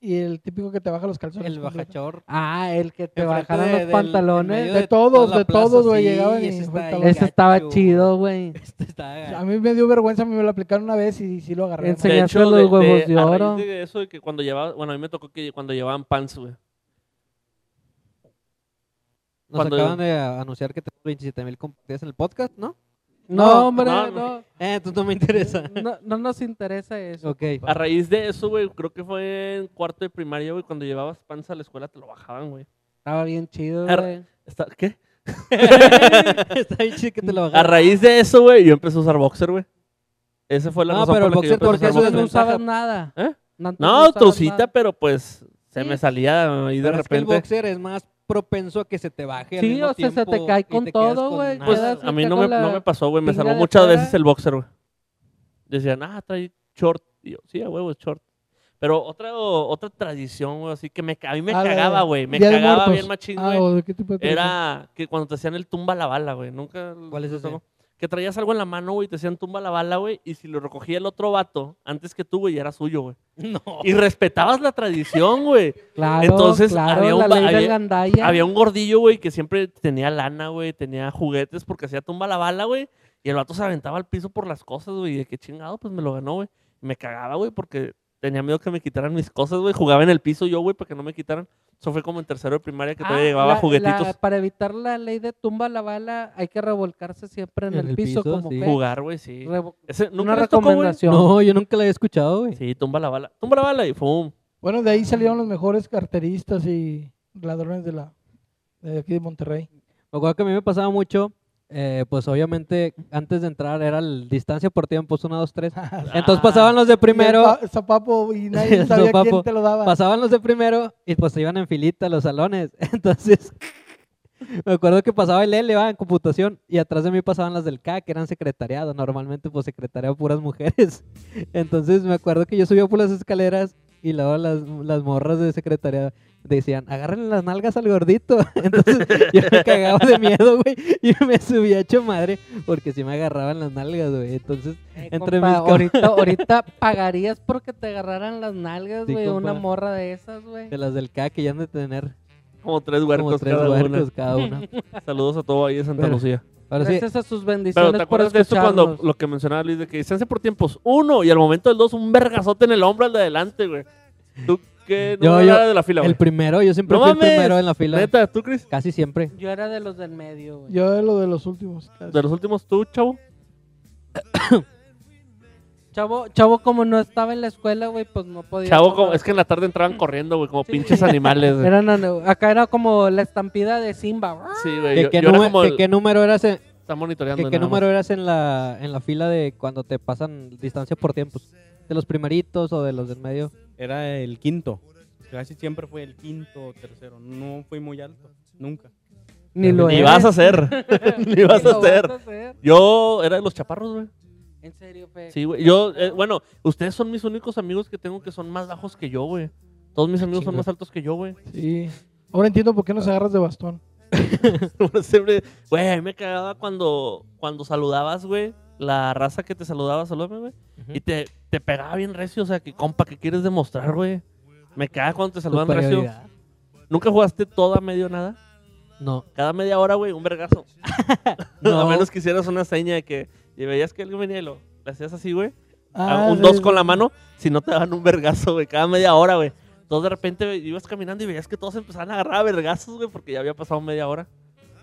Speaker 4: y el típico que te baja los calzones.
Speaker 3: El
Speaker 4: completo.
Speaker 3: bajachor.
Speaker 5: Ah, el que te
Speaker 3: Enfrente
Speaker 5: bajaron
Speaker 3: de-
Speaker 5: los
Speaker 3: del- en
Speaker 5: pantalones.
Speaker 3: medio
Speaker 4: de todos,
Speaker 3: toda la
Speaker 4: de todos, güey,
Speaker 3: sí,
Speaker 4: llegaban y
Speaker 3: ese está
Speaker 4: aventaban.
Speaker 3: ahí
Speaker 5: Ese estaba
Speaker 3: gacho.
Speaker 5: chido, güey.
Speaker 3: Este está-
Speaker 4: A mí me dio vergüenza, a mí me lo aplicaron una vez y sí lo agarré.
Speaker 5: En
Speaker 4: ¿no?
Speaker 5: serio. Enseñaste los
Speaker 2: a
Speaker 5: huevos
Speaker 2: raíz
Speaker 5: de oro.
Speaker 2: de eso de que cuando llevaba, bueno, a mí me tocó que cuando llevaban pants, güey.
Speaker 3: Nos
Speaker 2: Cuando-
Speaker 3: acaban de anunciar que tenemos 27 mil compartidas en el podcast, ¿no?
Speaker 5: No,
Speaker 3: No,
Speaker 5: hombre,
Speaker 2: no,
Speaker 5: no,
Speaker 2: no.
Speaker 5: no,
Speaker 3: Eh, entonces no me interesa.
Speaker 5: no nos interesa eso.
Speaker 3: ok.
Speaker 2: A raíz de eso, güey, creo que fue en cuarto de primaria, güey, cuando llevabas pants a la escuela te lo bajaban, güey.
Speaker 5: Estaba bien chido,
Speaker 2: Ar-
Speaker 5: güey.
Speaker 2: Está- ¿Qué?
Speaker 3: está bien chido que te lo
Speaker 2: A
Speaker 3: bajaron.
Speaker 2: raíz de eso, güey, yo empecé a usar boxer, güey. Esa fue la
Speaker 3: No,
Speaker 2: razón
Speaker 3: pero el
Speaker 2: por la que yo
Speaker 3: boxer,
Speaker 2: empecé a
Speaker 3: porque
Speaker 2: usar
Speaker 3: eso
Speaker 5: No
Speaker 3: es
Speaker 2: boxer.
Speaker 5: usabas
Speaker 3: desventaja.
Speaker 5: nada.
Speaker 2: ¿Eh?
Speaker 5: antes
Speaker 2: No,
Speaker 5: usabas
Speaker 2: trucita,
Speaker 5: nada.
Speaker 2: pero pues se
Speaker 5: Sí.
Speaker 2: me salía y de
Speaker 3: Pero es que el
Speaker 2: repente...
Speaker 3: boxer es más propenso a que se te baje. al
Speaker 5: Sí,
Speaker 3: mismo
Speaker 5: o sea, se te
Speaker 3: tiempo
Speaker 5: cae
Speaker 3: y
Speaker 5: con
Speaker 3: te quedas
Speaker 5: todo,
Speaker 3: con
Speaker 5: güey,
Speaker 3: nada.
Speaker 2: Pues
Speaker 5: quedas-
Speaker 2: a mí
Speaker 5: acá
Speaker 2: no me,
Speaker 5: con la
Speaker 2: no me pasó, güey. Me
Speaker 5: pinga
Speaker 2: salvó
Speaker 5: de
Speaker 2: muchas
Speaker 5: fuera.
Speaker 2: veces el boxer, güey. Decían, ah, trae short. Y yo, sí, a huevo, es short. Pero otra, otra tradición, güey, así que me, ca- a mí me
Speaker 4: Ah, la-
Speaker 2: cagaba, güey. Me
Speaker 4: Día de
Speaker 2: cagaba
Speaker 4: Muertos.
Speaker 2: bien machín,
Speaker 4: Ah,
Speaker 2: güey.
Speaker 4: ¿o de qué tipo de truco?
Speaker 2: Era que cuando te hacían el tumba la bala, güey. Nunca.
Speaker 3: ¿Cuál es
Speaker 2: te
Speaker 3: ese?
Speaker 2: tocó? Que traías algo en la mano, güey, y te hacían tumba la bala, güey. Y si lo recogía el otro vato antes que tú, güey, ya era suyo, güey.
Speaker 3: No.
Speaker 2: Y respetabas la tradición, güey.
Speaker 5: Claro,
Speaker 2: Entonces,
Speaker 5: claro,
Speaker 2: había un
Speaker 5: la
Speaker 2: ba-
Speaker 5: ley del
Speaker 2: había-
Speaker 5: gandalla.
Speaker 2: Había un gordillo, güey, que siempre tenía lana, güey, tenía juguetes porque hacía tumba la bala, güey. Y el vato se aventaba al piso por las cosas, güey. Y de qué chingado, pues me lo ganó, güey. Y Me cagaba, güey, porque tenía miedo que me quitaran mis cosas, güey. Jugaba en el piso yo, güey, para que no me quitaran. Eso fue como en tercero de primaria que
Speaker 5: Ah,
Speaker 2: todavía llevaba
Speaker 5: la-
Speaker 2: juguetitos.
Speaker 5: la- para evitar la ley de tumba la bala, hay que revolcarse siempre en, el, piso, como
Speaker 3: sí.
Speaker 5: que
Speaker 2: Jugar, güey, sí.
Speaker 5: revo-
Speaker 2: Ese, ¿Nunca
Speaker 5: Una
Speaker 2: les tocó, güey?
Speaker 5: recomendación.
Speaker 3: No, yo nunca la había escuchado, güey.
Speaker 2: Sí, tumba la bala. Tumba la bala y ¡fum!
Speaker 4: Bueno, de ahí salieron los mejores carteristas y ladrones de la de aquí de Monterrey.
Speaker 3: Me acuerdo que a mí me pasaba mucho, eh, pues obviamente antes de entrar era el distancia por tiempos, 1, 2, 3. Entonces
Speaker 2: Ah.
Speaker 3: pasaban los de primero,
Speaker 4: Y el pa- zapapo y nadie
Speaker 3: El
Speaker 4: sabía
Speaker 3: sopapo.
Speaker 4: quién te lo daba.
Speaker 3: pasaban los de primero y pues se iban en filita a los salones. Entonces me acuerdo que pasaba el L, va, en computación, y atrás de mí pasaban las del K, que eran secretariado, normalmente pues secretariado puras mujeres. Entonces me acuerdo que yo subía por las escaleras y luego las, las morras de secretariado decían, agárrenle las nalgas al gordito. Entonces yo me cagaba de miedo, güey, y me subía hecho madre porque si me agarraban las nalgas, güey. Entonces,
Speaker 5: Eh,
Speaker 3: entre
Speaker 5: compa,
Speaker 3: mis cam-
Speaker 5: ahorita, ahorita pagarías porque te agarraran las nalgas,
Speaker 3: Sí,
Speaker 5: güey, una
Speaker 3: compa.
Speaker 5: morra de esas, güey.
Speaker 3: de las del K que ya han de tener
Speaker 2: Como tres huercos
Speaker 3: como tres
Speaker 2: cada
Speaker 3: huercos cada uno.
Speaker 2: una. Saludos a todo ahí de Santa
Speaker 3: Pero-
Speaker 2: Lucía.
Speaker 3: Ahora sí,
Speaker 5: Gracias a sus
Speaker 2: Pero
Speaker 5: bendiciones
Speaker 2: ¿te
Speaker 5: por
Speaker 2: acuerdas de esto
Speaker 5: escucharnos.
Speaker 2: cuando lo que mencionaba Luis, de que distancia por tiempos uno y al momento del dos un vergazote en el hombro al de adelante, güey? ¿Tú qué?
Speaker 3: Yo-
Speaker 2: No
Speaker 3: yo-
Speaker 2: yo, de la fila, güey.
Speaker 3: el primero, yo siempre
Speaker 2: ¡No
Speaker 3: fui
Speaker 2: mames!
Speaker 3: el primero en la fila.
Speaker 2: Neta, ¿tú, Chris?
Speaker 3: Casi siempre.
Speaker 5: Yo era de los del medio, güey.
Speaker 4: Yo de lo de los últimos. casi.
Speaker 2: De los últimos, tú, chavo.
Speaker 5: Chavo, chavo, como no estaba en la escuela, güey, pues no podía.
Speaker 2: Chavo,
Speaker 5: tomar.
Speaker 2: como- es que en la tarde entraban corriendo, güey, como
Speaker 5: Sí.
Speaker 2: pinches animales, güey.
Speaker 5: Eran ane- acá era como la estampida de Simba.
Speaker 2: Sí,
Speaker 3: ¿De
Speaker 2: güey. Eh, Yo,
Speaker 3: qué,
Speaker 2: yo era
Speaker 3: nume-
Speaker 2: como.
Speaker 3: de
Speaker 2: el-
Speaker 3: qué número eras en,
Speaker 2: Está monitoreando.
Speaker 3: de
Speaker 2: nada
Speaker 3: qué
Speaker 2: más.
Speaker 3: número eras en la en la fila de cuando te pasan distancia por tiempos? ¿De los primeritos o de los del medio?
Speaker 6: Era el quinto. Casi siempre fue el quinto o tercero. No fui muy alto. Nunca.
Speaker 5: Ni lo
Speaker 2: Ni
Speaker 5: eres.
Speaker 2: vas a ser. Ni vas
Speaker 5: Ni
Speaker 2: a
Speaker 5: lo
Speaker 2: ser.
Speaker 5: vas a hacer.
Speaker 2: Yo era de los chaparros, güey.
Speaker 5: En serio, fe.
Speaker 2: Sí, güey. Yo, eh, bueno, ustedes son mis únicos amigos que tengo que son más bajos que yo, güey. Todos mis amigos son
Speaker 3: Chingo.
Speaker 2: más altos que yo, güey.
Speaker 4: Sí. Ahora entiendo por qué nos agarras de bastón.
Speaker 2: Por siempre, güey, a mí me cagaba cuando, cuando saludabas, güey, la raza que te saludaba, salúdame, güey, y te, te pegaba bien recio, o sea, que compa, ¿qué quieres demostrar, güey? Me caga cuando te saludan recio.
Speaker 3: Superioridad.
Speaker 2: ¿Nunca jugaste toda medio nada?
Speaker 3: No,
Speaker 2: Cada media hora, güey, un vergazo.
Speaker 3: No.
Speaker 2: A menos que hicieras una seña de que y veías que alguien venía y lo le hacías así, güey,
Speaker 4: Ah,
Speaker 2: un
Speaker 4: sí,
Speaker 2: dos
Speaker 4: sí.
Speaker 2: con la mano, si no te daban un vergazo, güey, cada media hora, güey. Entonces de repente güey, ibas caminando y veías que todos empezaban a agarrar a vergazos, güey, porque ya había pasado media hora.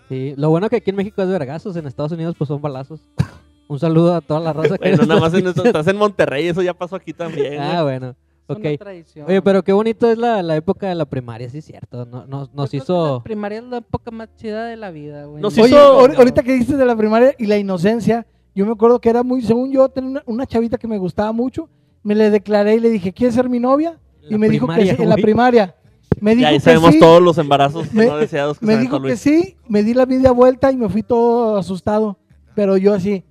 Speaker 3: sí. Lo bueno que aquí en México es vergazos, en Estados Unidos pues son balazos. Un saludo a toda la raza que
Speaker 2: Bueno,
Speaker 3: nos
Speaker 2: nada más
Speaker 3: está
Speaker 2: en esto-
Speaker 3: escuchando.
Speaker 2: estás en Monterrey, eso ya pasó aquí también. ¿eh?
Speaker 3: Ah,
Speaker 2: güey.
Speaker 3: bueno.
Speaker 5: Es
Speaker 3: Ok.
Speaker 5: una tradición.
Speaker 3: Oye, pero qué bonito es la, la época de la primaria, sí es cierto. No, no-
Speaker 5: Yo creo
Speaker 3: nos
Speaker 5: que
Speaker 3: hizo...
Speaker 5: Pues, La primaria es la época más chida de la vida, güey.
Speaker 2: Nos
Speaker 5: No,
Speaker 4: Oye,
Speaker 2: hizo-
Speaker 4: ahor- ahorita que dices de la primaria y la inocencia, yo me acuerdo que era muy, según yo, tenía una, una chavita que me gustaba mucho, me le declaré y le dije, ¿quieres ser mi novia? Y
Speaker 3: La
Speaker 4: me dijo que
Speaker 3: primaria,
Speaker 4: sí, en la
Speaker 3: güey.
Speaker 4: primaria. Me
Speaker 2: Y
Speaker 4: dijo
Speaker 2: ahí
Speaker 4: que
Speaker 2: sabemos
Speaker 4: sí,
Speaker 2: todos los embarazos
Speaker 4: Me-
Speaker 2: no deseados que se
Speaker 4: me
Speaker 2: aventó
Speaker 4: dijo que
Speaker 2: Pues, Luis.
Speaker 4: sí, me di la media vuelta y me fui todo asustado, pero yo así.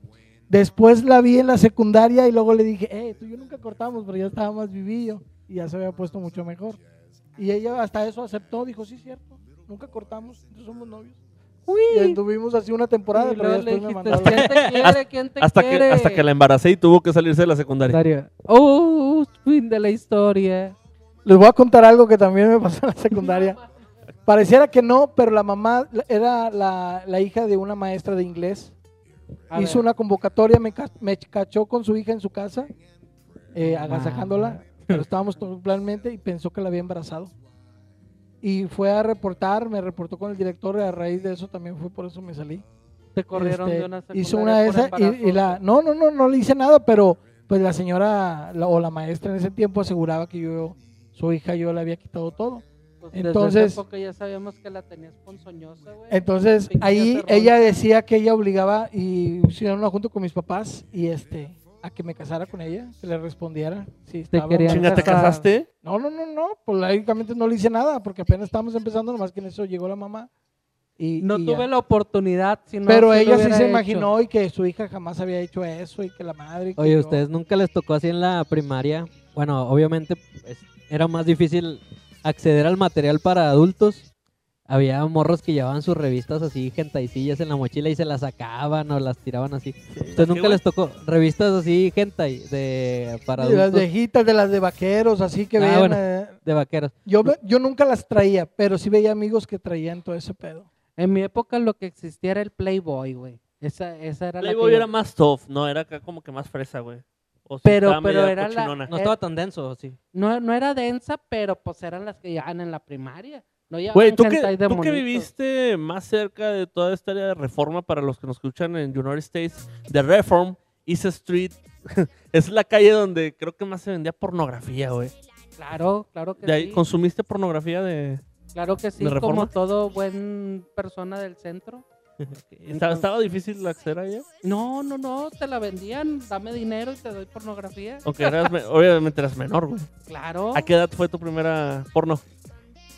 Speaker 4: Después la vi en la secundaria y luego le dije, eh, tú y yo nunca cortamos, pero ya estaba más vivillo y ya se había puesto mucho mejor. Y ella hasta eso aceptó, dijo, sí, cierto, nunca cortamos, no somos novios. Y anduvimos así una temporada,
Speaker 5: Y
Speaker 4: pero
Speaker 5: luego le
Speaker 4: después me
Speaker 5: dijiste,
Speaker 4: mandó a la
Speaker 5: ¿quién te quiere? ¿Quién te
Speaker 2: Hasta que,
Speaker 5: quiere?
Speaker 2: hasta que la embaracé y tuvo que salirse de la secundaria.
Speaker 5: Dario. Oh, fin de la historia.
Speaker 4: Les voy a contar algo que también me pasó en la secundaria. Pareciera que no, pero la mamá la- era la, la hija de una maestra de inglés.
Speaker 5: A
Speaker 4: Hizo
Speaker 5: ver.
Speaker 4: una convocatoria, me, ca- me cachó con su hija en su casa, eh,
Speaker 5: Ah.
Speaker 4: agasajándola, pero estábamos totalmente y pensó que la había embarazado. Y fue a reportar, me reportó con el director y a raíz de eso también fue por eso me salí.
Speaker 5: Te corrieron
Speaker 4: Este,
Speaker 5: de una secundaria
Speaker 4: hizo una de
Speaker 5: por
Speaker 4: esas y- y,
Speaker 5: embarazo.
Speaker 4: la no no no no le hice nada pero pues la señora la- o la maestra en ese tiempo aseguraba que yo su hija yo le había quitado todo
Speaker 5: Pues desde
Speaker 4: entonces- eh,
Speaker 5: esa época ya sabíamos que la tenías ponzoñosa, güey.
Speaker 4: entonces
Speaker 5: Pinche
Speaker 4: ahí
Speaker 5: cerrón.
Speaker 4: ella decía que ella obligaba y hicieron una junto con mis papás y este a que me casara con ella que le respondiera si estaba
Speaker 5: querían
Speaker 2: Chinga, ¿te
Speaker 4: embarazada.
Speaker 5: casar.
Speaker 2: casaste?
Speaker 4: no no no no pues lógicamente no le hice nada porque apenas estábamos empezando nomás que en eso llegó la mamá y
Speaker 5: No
Speaker 4: y ya.
Speaker 5: tuve la oportunidad, sino
Speaker 4: pero
Speaker 5: lo
Speaker 4: ella sí
Speaker 5: hubiera
Speaker 4: se
Speaker 5: hecho.
Speaker 4: imaginó y que su hija jamás había hecho eso y que la madre y que
Speaker 3: Oye,
Speaker 4: yo-
Speaker 3: ¿ustedes nunca les tocó así en la primaria? Bueno, obviamente pues, era más difícil acceder al material para adultos. Había morros que llevaban sus revistas así, gentaisillas en la mochila y se las sacaban o las tiraban así. ¿Ustedes nunca les tocó revistas así, gentai, de, para
Speaker 4: De las
Speaker 3: adultos,
Speaker 4: viejitas, de las de vaqueros, así que
Speaker 3: Ah,
Speaker 4: veían,
Speaker 3: bueno.
Speaker 4: eh,
Speaker 3: de vaqueros?
Speaker 4: yo, ve- yo nunca las traía, pero sí veía amigos que traían todo ese pedo.
Speaker 5: En mi época lo que existía era el Playboy, güey. Esa, esa era la
Speaker 2: Playboy
Speaker 5: que yo-
Speaker 2: era más tough, no, era acá como que más fresa, güey. O sí
Speaker 5: Pero-
Speaker 2: estaba
Speaker 5: pero
Speaker 2: media
Speaker 5: era la-
Speaker 2: cochinona.
Speaker 3: No estaba tan denso, sí.
Speaker 5: no, no era densa, pero pues eran las que llevaban en la primaria. No llevaban
Speaker 2: Güey, ¿tú,
Speaker 5: hentai
Speaker 2: que,
Speaker 5: de
Speaker 2: tú que
Speaker 5: monitos.
Speaker 2: viviste más cerca de toda esta área de reforma para los que nos escuchan en United States, de Reform, East Street, es la calle donde creo que más se vendía pornografía, güey.
Speaker 5: Claro, claro que
Speaker 2: De ahí
Speaker 5: sí.
Speaker 2: consumiste pornografía de...
Speaker 5: Claro que sí,
Speaker 2: ¿De Reforma?
Speaker 5: como todo buen persona del centro.
Speaker 2: Estaba, estaba difícil acceder a ella.
Speaker 5: No, no, no, te la vendían, dame dinero y te doy pornografía.
Speaker 2: Aunque eras, me- obviamente eras menor, güey.
Speaker 5: Claro.
Speaker 2: ¿A qué edad fue tu primera porno?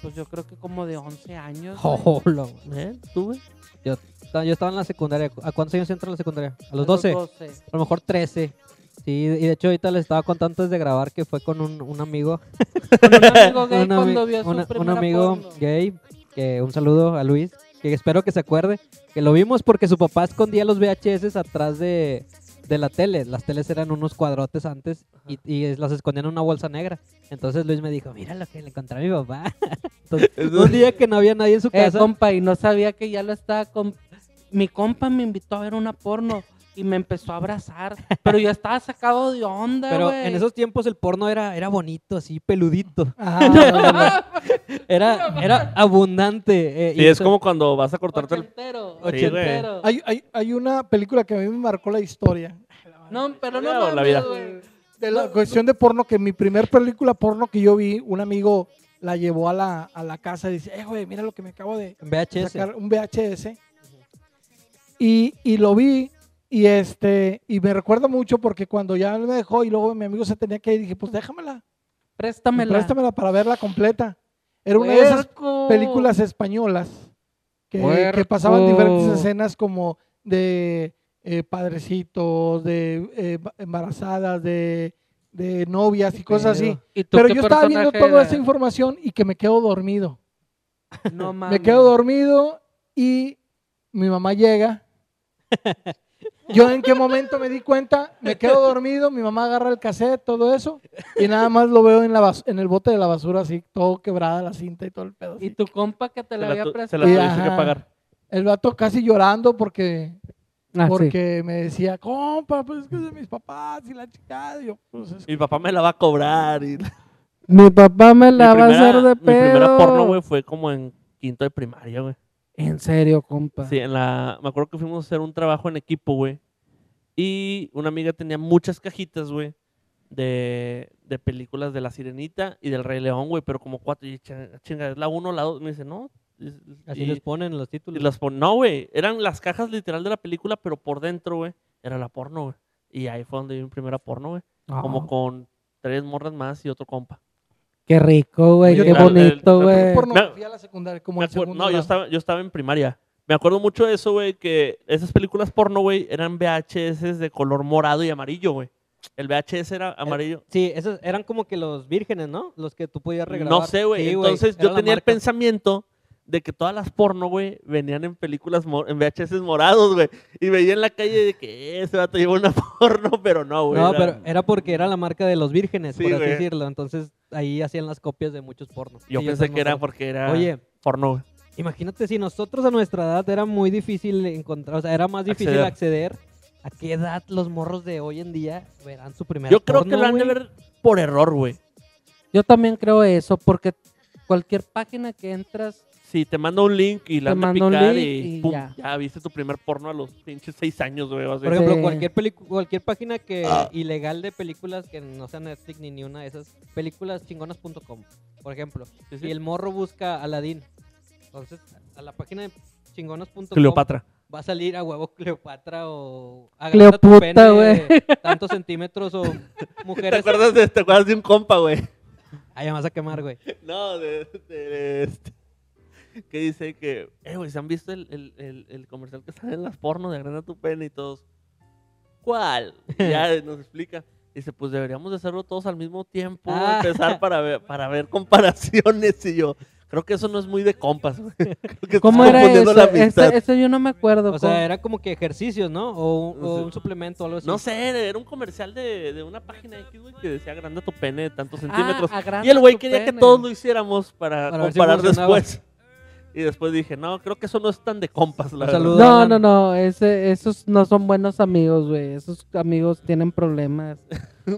Speaker 5: Pues yo creo que como de 11 años. güey.
Speaker 3: Oh, lo-
Speaker 2: ¿Eh? ¿Tú, güey?
Speaker 3: Yo estaba en la secundaria. ¿A cuántos años entró en la secundaria? ¿A
Speaker 5: A
Speaker 3: los 12? a lo mejor 13. Sí, y de hecho ahorita les estaba contando antes de grabar que fue con un, un amigo,
Speaker 5: Con un amigo gay
Speaker 3: un, ami-
Speaker 5: cuando vio su
Speaker 3: una- un
Speaker 5: primera
Speaker 3: amigo
Speaker 5: porno.
Speaker 3: gay, que un saludo a Luis, que espero que se acuerde, que lo vimos porque su papá escondía los VHS atrás de, de la tele, las teles eran unos cuadrotes antes y, y es- las escondían en una bolsa negra. Entonces Luis me dijo, mira lo que le encontré a mi papá. Entonces, un día que no había nadie en su
Speaker 5: Eh,
Speaker 3: casa,
Speaker 5: compa, y no sabía que ya lo estaba con... Mi compa me invitó a ver una porno y me empezó a abrazar, pero yo estaba sacado de onda,
Speaker 3: pero
Speaker 5: güey.
Speaker 3: en esos tiempos el porno era, era bonito, así peludito.
Speaker 4: Ajá,
Speaker 3: Era, era abundante. eh,
Speaker 2: Sí,
Speaker 3: y
Speaker 2: es
Speaker 3: to-
Speaker 2: como cuando vas a cortarte el...
Speaker 5: Ochentero,
Speaker 2: Sí, güey.
Speaker 5: ochentero.
Speaker 4: hay, hay- hay una película que a mí me marcó la historia.
Speaker 5: No, pero no
Speaker 2: ¿La vida o la
Speaker 5: mames,
Speaker 2: vida?
Speaker 5: güey.
Speaker 4: De la cuestión de porno, que mi primer película porno que yo vi, un amigo la llevó a la, a la casa y dice, eh, güey, mira lo que me acabo de,
Speaker 3: En VHS.
Speaker 4: sacar un VHS. Y, y lo vi y este y me recuerda mucho porque cuando ya me dejó y luego mi amigo se tenía que ir dije, pues déjamela,
Speaker 5: Préstamela.
Speaker 4: préstamela para verla completa. Era una de esas
Speaker 5: Puerco.
Speaker 4: películas españolas que, que
Speaker 5: Puerco.
Speaker 4: pasaban diferentes escenas como de eh, padrecitos, de eh, embarazadas, de, de novias y cosas así.
Speaker 5: ¿Y tú
Speaker 4: Pero
Speaker 5: qué
Speaker 4: yo estaba viendo
Speaker 5: personaje
Speaker 4: toda
Speaker 5: era?
Speaker 4: esa información y que me quedo dormido.
Speaker 5: No mames.
Speaker 4: Me quedo dormido y mi mamá llega. Yo en qué momento me di cuenta, me quedo dormido, mi mamá agarra el cassette, todo eso, y nada más lo veo en, la bas- en el bote de la basura así, todo quebrada la cinta y todo el pedo.
Speaker 5: Y
Speaker 4: así.
Speaker 5: tu compa que te
Speaker 2: Se
Speaker 5: la
Speaker 2: la,
Speaker 5: había
Speaker 2: tu- se
Speaker 5: prestado.
Speaker 2: la
Speaker 4: Y
Speaker 2: tuviste que
Speaker 4: ajá.
Speaker 2: pagar.
Speaker 4: El vato casi llorando porque,
Speaker 5: Ah, sí.
Speaker 4: porque me decía, compa, pues es que es de mis papás y la chingada. Y yo, pues es
Speaker 2: Mi papá me la va a cobrar y...
Speaker 5: Mi papá me la
Speaker 2: mi
Speaker 5: va
Speaker 2: primera,
Speaker 5: a hacer de
Speaker 2: mi primera
Speaker 5: pedo.
Speaker 2: porno, güey, fue como en quinto de primaria, güey.
Speaker 5: En serio, compa.
Speaker 2: Sí, en la... Me acuerdo que fuimos a hacer un trabajo en equipo, güey. Y una amiga tenía muchas cajitas, güey, de, de películas de La Sirenita y del Rey León, güey, pero como cuatro. Y chinga, chinga, es la uno, la dos. Me dice, no. es-
Speaker 3: Así
Speaker 2: y-
Speaker 3: les ponen los títulos.
Speaker 2: y las pon- No, güey. Eran las cajas literal de la película, pero por dentro, güey, era la porno, güey. Y ahí fue donde vi mi primera porno, güey.
Speaker 5: Ah.
Speaker 2: Como con tres morras más y otro compa.
Speaker 5: Qué rico, güey.
Speaker 4: Yo
Speaker 5: Qué
Speaker 2: también-
Speaker 5: bonito,
Speaker 4: Yo tuve
Speaker 5: güey.
Speaker 4: pornografía a la secundaria, como
Speaker 2: Me
Speaker 4: en
Speaker 2: acuer-
Speaker 4: segundo
Speaker 2: no, yo
Speaker 4: grado.
Speaker 2: estaba, yo estaba en primaria. Me acuerdo mucho de eso, güey, que esas películas porno, güey, eran VHS de color morado y amarillo, güey. El VHS era
Speaker 3: Eh,
Speaker 2: amarillo.
Speaker 3: Sí, esos eran como que los vírgenes, ¿no? Los que tú podías regrabar.
Speaker 2: No sé, güey.
Speaker 3: Sí,
Speaker 2: Entonces
Speaker 3: era
Speaker 2: yo
Speaker 3: la
Speaker 2: tenía el
Speaker 3: marca.
Speaker 2: pensamiento de que todas las porno, güey, venían en películas, mo- en VHS morados, güey. Y veía en la calle de que "Eh, ese vato llevó una porno, pero no, güey.
Speaker 3: No,
Speaker 2: era-
Speaker 3: pero era porque era la marca de los vírgenes,
Speaker 2: Sí,
Speaker 3: por así
Speaker 2: güey.
Speaker 3: decirlo. Entonces ahí hacían las copias de muchos pornos.
Speaker 2: Yo
Speaker 3: Sí,
Speaker 2: pensé
Speaker 3: esas
Speaker 2: que era
Speaker 3: mostraba.
Speaker 2: porque era
Speaker 3: Oye,
Speaker 2: porno, güey.
Speaker 3: imagínate si nosotros a nuestra edad era muy difícil encontrar, o sea, era más difícil acceder. ¿A qué edad los morros de hoy en día verán su primera
Speaker 2: Yo creo que
Speaker 3: porno,
Speaker 2: lo han de
Speaker 3: güey?
Speaker 2: ver por error, güey.
Speaker 5: Yo también creo eso, porque cualquier página que entras,
Speaker 2: Sí, te mando un link y la
Speaker 5: Te
Speaker 2: han de
Speaker 5: mando un
Speaker 2: picar
Speaker 5: link
Speaker 2: y,
Speaker 5: y
Speaker 2: pum, ya.
Speaker 5: ya.
Speaker 2: viste tu primer porno a los pinches seis años, güey. o sea,
Speaker 3: Por ejemplo,
Speaker 5: Sí.
Speaker 3: cualquier, pelicu- cualquier página que
Speaker 2: Ah.
Speaker 3: ilegal de películas que no sea Netflix ni, ni una de esas, películaschingonas.com, por ejemplo.
Speaker 2: sí, sí.
Speaker 3: Y el morro busca Aladdin. Entonces, a la página de chingonas.com
Speaker 2: Cleopatra.
Speaker 3: va a salir a huevo Cleopatra o
Speaker 5: Cleoputa,
Speaker 3: agarra tu pene
Speaker 5: güey.
Speaker 3: de tantos centímetros o
Speaker 2: ¿Te
Speaker 3: mujeres.
Speaker 2: acuerdas, de, ¿Te acuerdas de un compa, güey?
Speaker 3: Ahí vas a quemar, güey.
Speaker 2: No, de, de- de este. Que dice que, eh, güey, ¿se han visto el, el- el- el comercial que sale en las porno de agranda tu pene y todos? ¿Cuál? Y ya nos explica. Dice, pues deberíamos de hacerlo todos al mismo tiempo, güey,
Speaker 3: Ah.
Speaker 2: empezar para ver, para ver comparaciones. Y yo, creo que eso no es muy de compas, güey. Creo que
Speaker 5: ¿cómo
Speaker 2: estás
Speaker 5: era
Speaker 2: confundiendo
Speaker 5: eso?
Speaker 2: la amistad.
Speaker 5: Ese, ese yo no me acuerdo.
Speaker 3: O
Speaker 5: ¿cómo?
Speaker 3: sea, era como que ejercicios, ¿no? O, un- o un suplemento o algo así.
Speaker 2: No sé, era un comercial de, de una página X, güey, que decía agranda tu pene de tantos centímetros.
Speaker 5: agranda
Speaker 2: Y el güey
Speaker 5: Ah, tu
Speaker 2: quería que
Speaker 5: pene.
Speaker 2: todos lo hiciéramos para,
Speaker 3: Para ver si
Speaker 2: comparar
Speaker 3: funcionaba.
Speaker 2: después. Y después dije, no, creo que eso no es tan de compas, la
Speaker 3: Un
Speaker 2: verdad.
Speaker 3: saludo.
Speaker 5: No,
Speaker 3: Alan.
Speaker 5: no, no, ese- esos no son buenos amigos, güey. Esos amigos tienen problemas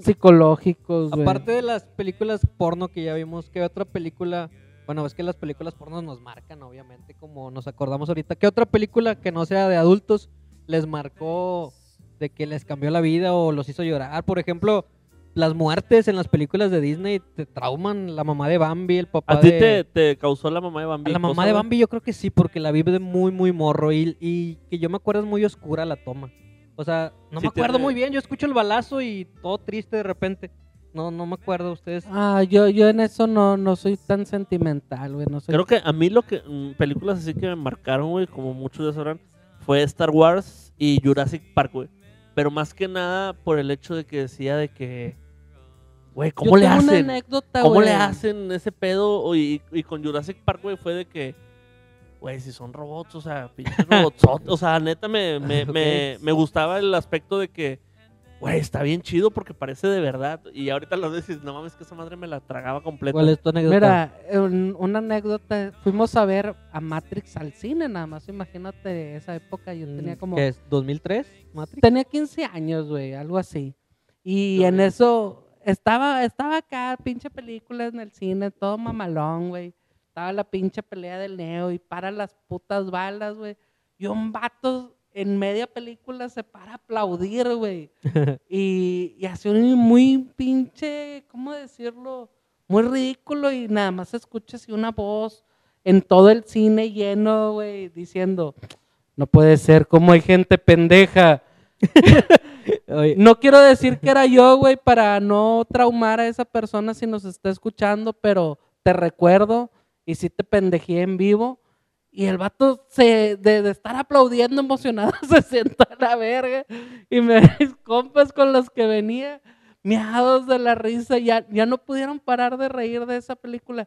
Speaker 5: psicológicos, güey.
Speaker 3: Aparte de las películas porno que ya vimos, ¿qué otra película? Bueno, es que las películas porno nos marcan, obviamente, como nos acordamos ahorita. ¿Qué otra película que no sea de adultos les marcó de que les cambió la vida o los hizo llorar? Por ejemplo, las muertes en las películas de Disney te trauman. La mamá de Bambi, el papá
Speaker 2: ¿A ti
Speaker 3: de...
Speaker 2: te, te causó la mamá de Bambi?
Speaker 3: A la
Speaker 2: cosa,
Speaker 3: mamá de
Speaker 2: güey?
Speaker 3: Bambi yo creo que sí, porque la vi de muy, muy morro y, y que yo me acuerdo es muy oscura la toma. O sea, no
Speaker 2: Sí
Speaker 3: me acuerdo
Speaker 2: tiene-
Speaker 3: muy bien, yo escucho el balazo y todo triste de repente. No, no me acuerdo, ustedes...
Speaker 5: Ah, yo, yo en eso no, no soy tan sentimental, güey. No soy...
Speaker 3: pues.
Speaker 2: Creo que a mí lo que. mm, Películas así que me marcaron, güey, como muchos de esos eran, fue Star Wars y Jurassic Park, güey. Pero más que nada por el hecho de que decía de que. Güey, ¿cómo
Speaker 5: Yo
Speaker 2: le
Speaker 5: tengo
Speaker 2: hacen?
Speaker 5: Una anécdota,
Speaker 2: ¿Cómo
Speaker 5: güey.
Speaker 2: le hacen ese pedo? O- Y, y con Jurassic Park, güey, fue de que, güey, si son robots, o sea, pinches robots. O sea, neta, me, me,
Speaker 3: Ah, Ok.
Speaker 2: me- me gustaba el aspecto de que, güey, está bien chido porque parece de verdad. Y ahorita lo dices, no mames, que esa madre me la tragaba completa.
Speaker 3: ¿Cuál es tu anécdota?
Speaker 5: Mira, un- una anécdota. Fuimos a ver a Matrix al cine, nada más. Imagínate esa época. Yo
Speaker 3: Mm,
Speaker 5: tenía como.
Speaker 3: ¿Qué es? ¿2003? Matrix.
Speaker 5: Tenía 15 años, güey, algo así. Y
Speaker 2: Yo
Speaker 5: en
Speaker 2: creo.
Speaker 5: eso estaba, estaba acá, pinche película en el cine, todo mamalón, güey. Estaba la pinche pelea del Neo y para las putas balas, güey. Y un vato en media película se para a aplaudir, güey. y, y hace un muy pinche, ¿cómo decirlo? Muy ridículo y nada más se escucha así una voz en todo el cine lleno, güey, diciendo, no puede ser, como hay gente pendeja.
Speaker 3: Oye,
Speaker 5: No quiero decir que era yo, güey, para no traumar a esa persona si nos está escuchando, pero te recuerdo y sí te pendejé en vivo. Y el vato se, de, de estar aplaudiendo emocionado se sentó a la verga. Y me, mis compas con los que venía, miados de la risa, ya, ya no pudieron parar de reír de esa película.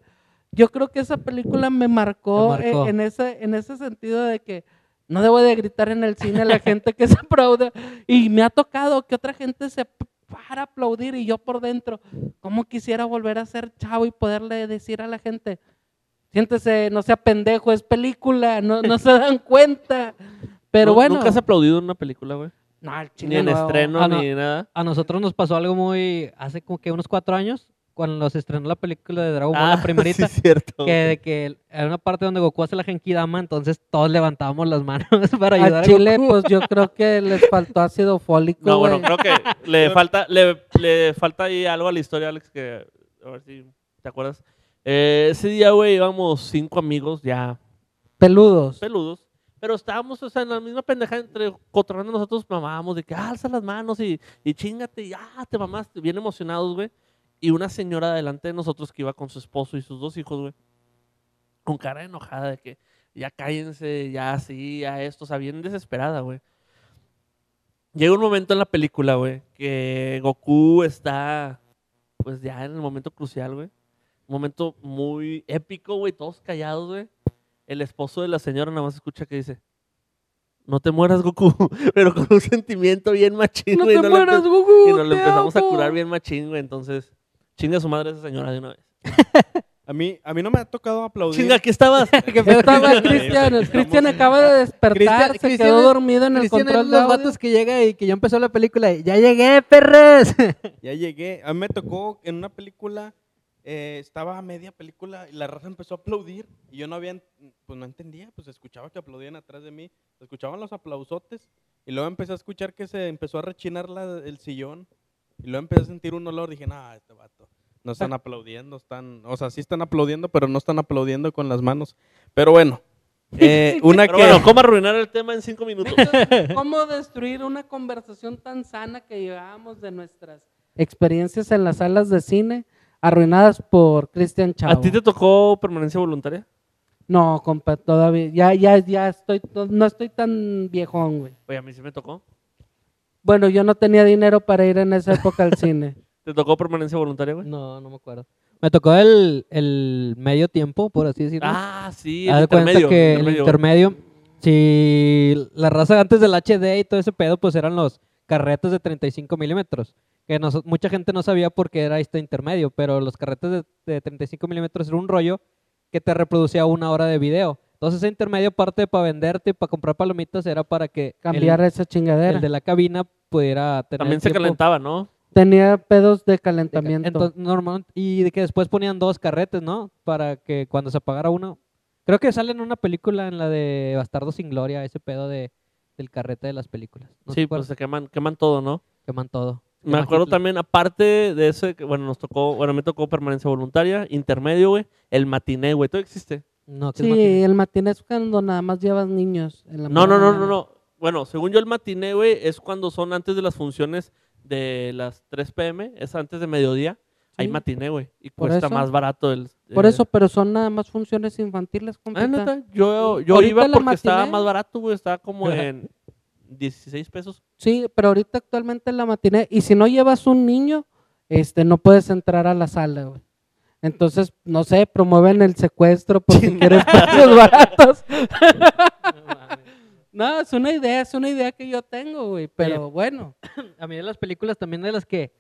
Speaker 5: Yo creo que esa película me marcó,
Speaker 3: Te marcó.
Speaker 5: eh, En, ese, en ese sentido de que no debo de gritar en el cine a la gente que se aplaude. Y me ha tocado que otra gente se p- para a aplaudir y yo por dentro, como quisiera volver a ser chavo y poderle decir a la gente, siéntese, no sea pendejo, es película, no, no se dan cuenta. Pero
Speaker 2: Nu-
Speaker 5: bueno,
Speaker 2: Nunca has aplaudido en una película, güey.
Speaker 5: no, al chile
Speaker 2: Ni en
Speaker 5: no.
Speaker 2: estreno,
Speaker 3: Ah, no.
Speaker 2: ni nada.
Speaker 3: a nosotros nos pasó algo muy... Hace como que unos cuatro años, cuando se estrenó la película de Dragon Ball,
Speaker 2: Ah,
Speaker 3: la primerita,
Speaker 2: Sí, cierto.
Speaker 3: que, de que era una parte donde Goku hace la Genkidama, entonces todos levantábamos las manos para ayudar a,
Speaker 5: A Chile,
Speaker 3: Goku.
Speaker 5: pues yo creo que les faltó ácido fólico.
Speaker 2: No, bueno,
Speaker 5: güey.
Speaker 2: creo que le falta, le, le falta ahí algo a la historia, Alex, que a ver si te acuerdas. Eh, ese día, güey, íbamos cinco amigos ya
Speaker 5: Peludos.
Speaker 2: peludos, pero estábamos, o sea, en la misma pendeja entre cotorreando nosotros mamábamos de que "Ah, alza las manos y, y chingate, y ah, te mamaste, bien emocionados, güey. Y una señora delante de nosotros que iba con su esposo y sus dos hijos, güey, con cara enojada de que ya cállense, ya así, ya esto, o sea, bien desesperada, güey. Llega un momento en la película, güey, que Goku está, pues ya en el momento crucial, güey. Un momento muy épico, güey, todos callados, güey. El esposo de la señora nada más escucha que dice, no te mueras, Goku, pero con un sentimiento bien machín,
Speaker 5: No
Speaker 2: güey,
Speaker 5: te
Speaker 2: le
Speaker 5: mueras,
Speaker 2: empe-
Speaker 5: Gugu.
Speaker 2: Y nos lo
Speaker 5: te
Speaker 2: empezamos a
Speaker 5: amo.
Speaker 2: curar bien machín, güey, entonces, chinga a su madre esa señora de una vez.
Speaker 6: A mí, a mí no me ha tocado aplaudir.
Speaker 2: Chinga, aquí estabas.
Speaker 3: Que me-
Speaker 5: Estaba Cristian, el Cristian acaba de despertar,
Speaker 3: Cristian-
Speaker 5: se
Speaker 3: Cristian
Speaker 5: quedó
Speaker 3: es-
Speaker 5: dormido en el
Speaker 3: Cristian es
Speaker 5: control de
Speaker 3: los
Speaker 5: audio.
Speaker 3: vatos que llega y que ya empezó la película y ya llegué, perres.
Speaker 6: Ya llegué. A mí me tocó en una película, eh, estaba a media película y la raza empezó a aplaudir y yo no había, en- pues no entendía, pues escuchaba que aplaudían atrás de mí, escuchaban los aplausotes y luego empecé a escuchar que se empezó a rechinar la- el sillón y luego empecé a sentir un olor, dije, nah, este vato. No están aplaudiendo, están, o sea, sí están aplaudiendo, pero no están aplaudiendo con las manos. Pero bueno, eh, una
Speaker 2: Pero
Speaker 6: que...
Speaker 2: bueno, ¿cómo arruinar el tema en cinco minutos?
Speaker 5: ¿Cómo destruir una conversación tan sana que llevábamos de nuestras experiencias en las salas de cine arruinadas por Cristian Chavo?
Speaker 2: ¿A ti te tocó permanencia voluntaria?
Speaker 5: No, compa, todavía ya ya ya estoy no- no estoy tan viejón, güey.
Speaker 2: Oye, a mí sí me tocó.
Speaker 5: Bueno, yo no tenía dinero para ir en esa época al cine.
Speaker 2: ¿Te tocó permanencia voluntaria, güey?
Speaker 3: No, no me acuerdo. Me tocó el, el medio tiempo, por así decirlo.
Speaker 2: Ah, sí,
Speaker 3: Haz
Speaker 2: el
Speaker 3: de cuenta
Speaker 2: intermedio.
Speaker 3: que el
Speaker 2: intermedio.
Speaker 3: intermedio, si la raza antes del HD y todo ese pedo, pues eran los carretes de 35 milímetros. Que nos- mucha gente no sabía por qué era este intermedio, pero los carretes de, de 35 milímetros era un rollo que te reproducía una hora de video. Entonces ese intermedio, parte para venderte y para comprar palomitas, era para que el-
Speaker 5: Cambiar esa
Speaker 3: el,
Speaker 5: chingadera.
Speaker 3: de la cabina pudiera tener
Speaker 2: También se
Speaker 3: tiempo
Speaker 2: calentaba, ¿no?
Speaker 5: Tenía pedos de
Speaker 3: de ca-
Speaker 5: calentamiento.
Speaker 3: entonces, normal, y de que después ponían dos carretes, ¿no? Para que cuando se apagara uno. Creo que sale en una película, en la de Bastardo sin Gloria, ese pedo de, del carrete de las películas. ¿No te
Speaker 2: sí, pues
Speaker 3: acuerdas?
Speaker 2: se queman, queman todo, ¿no?
Speaker 3: Queman todo.
Speaker 2: Me
Speaker 3: Queman
Speaker 2: acuerdo
Speaker 3: Hitler.
Speaker 2: también, aparte de ese, que, bueno, nos tocó, bueno, me tocó permanencia voluntaria, intermedio, güey, el matiné, güey, ¿todo existe?
Speaker 3: No, que es
Speaker 5: sí,
Speaker 3: Martin-
Speaker 5: el matiné es cuando nada más llevas niños. en la
Speaker 2: No, no, no,
Speaker 5: mañana.
Speaker 2: no, no. Bueno, según yo el matiné, güey, es cuando son antes de las funciones de las 3 pm, es antes de mediodía, hay
Speaker 5: Sí.
Speaker 2: matiné, güey, y
Speaker 5: Por
Speaker 2: cuesta
Speaker 5: eso.
Speaker 2: más barato el...
Speaker 5: Por
Speaker 2: eh,
Speaker 5: eso, pero son nada más funciones infantiles, compita.
Speaker 2: Ah, neta, yo, yo
Speaker 5: Ahorita
Speaker 2: iba
Speaker 5: la
Speaker 2: porque estaba
Speaker 5: matiné-
Speaker 2: más barato, güey, estaba como en 16 pesos.
Speaker 5: Sí, pero ahorita actualmente en la matiné. Y si no llevas un niño, este, no puedes entrar a la sala, güey. Entonces, no sé, promueven el secuestro por si quieres precios baratos. no, es una idea, es una idea que yo tengo, güey. Pero bueno,
Speaker 3: A mí de las películas también de las que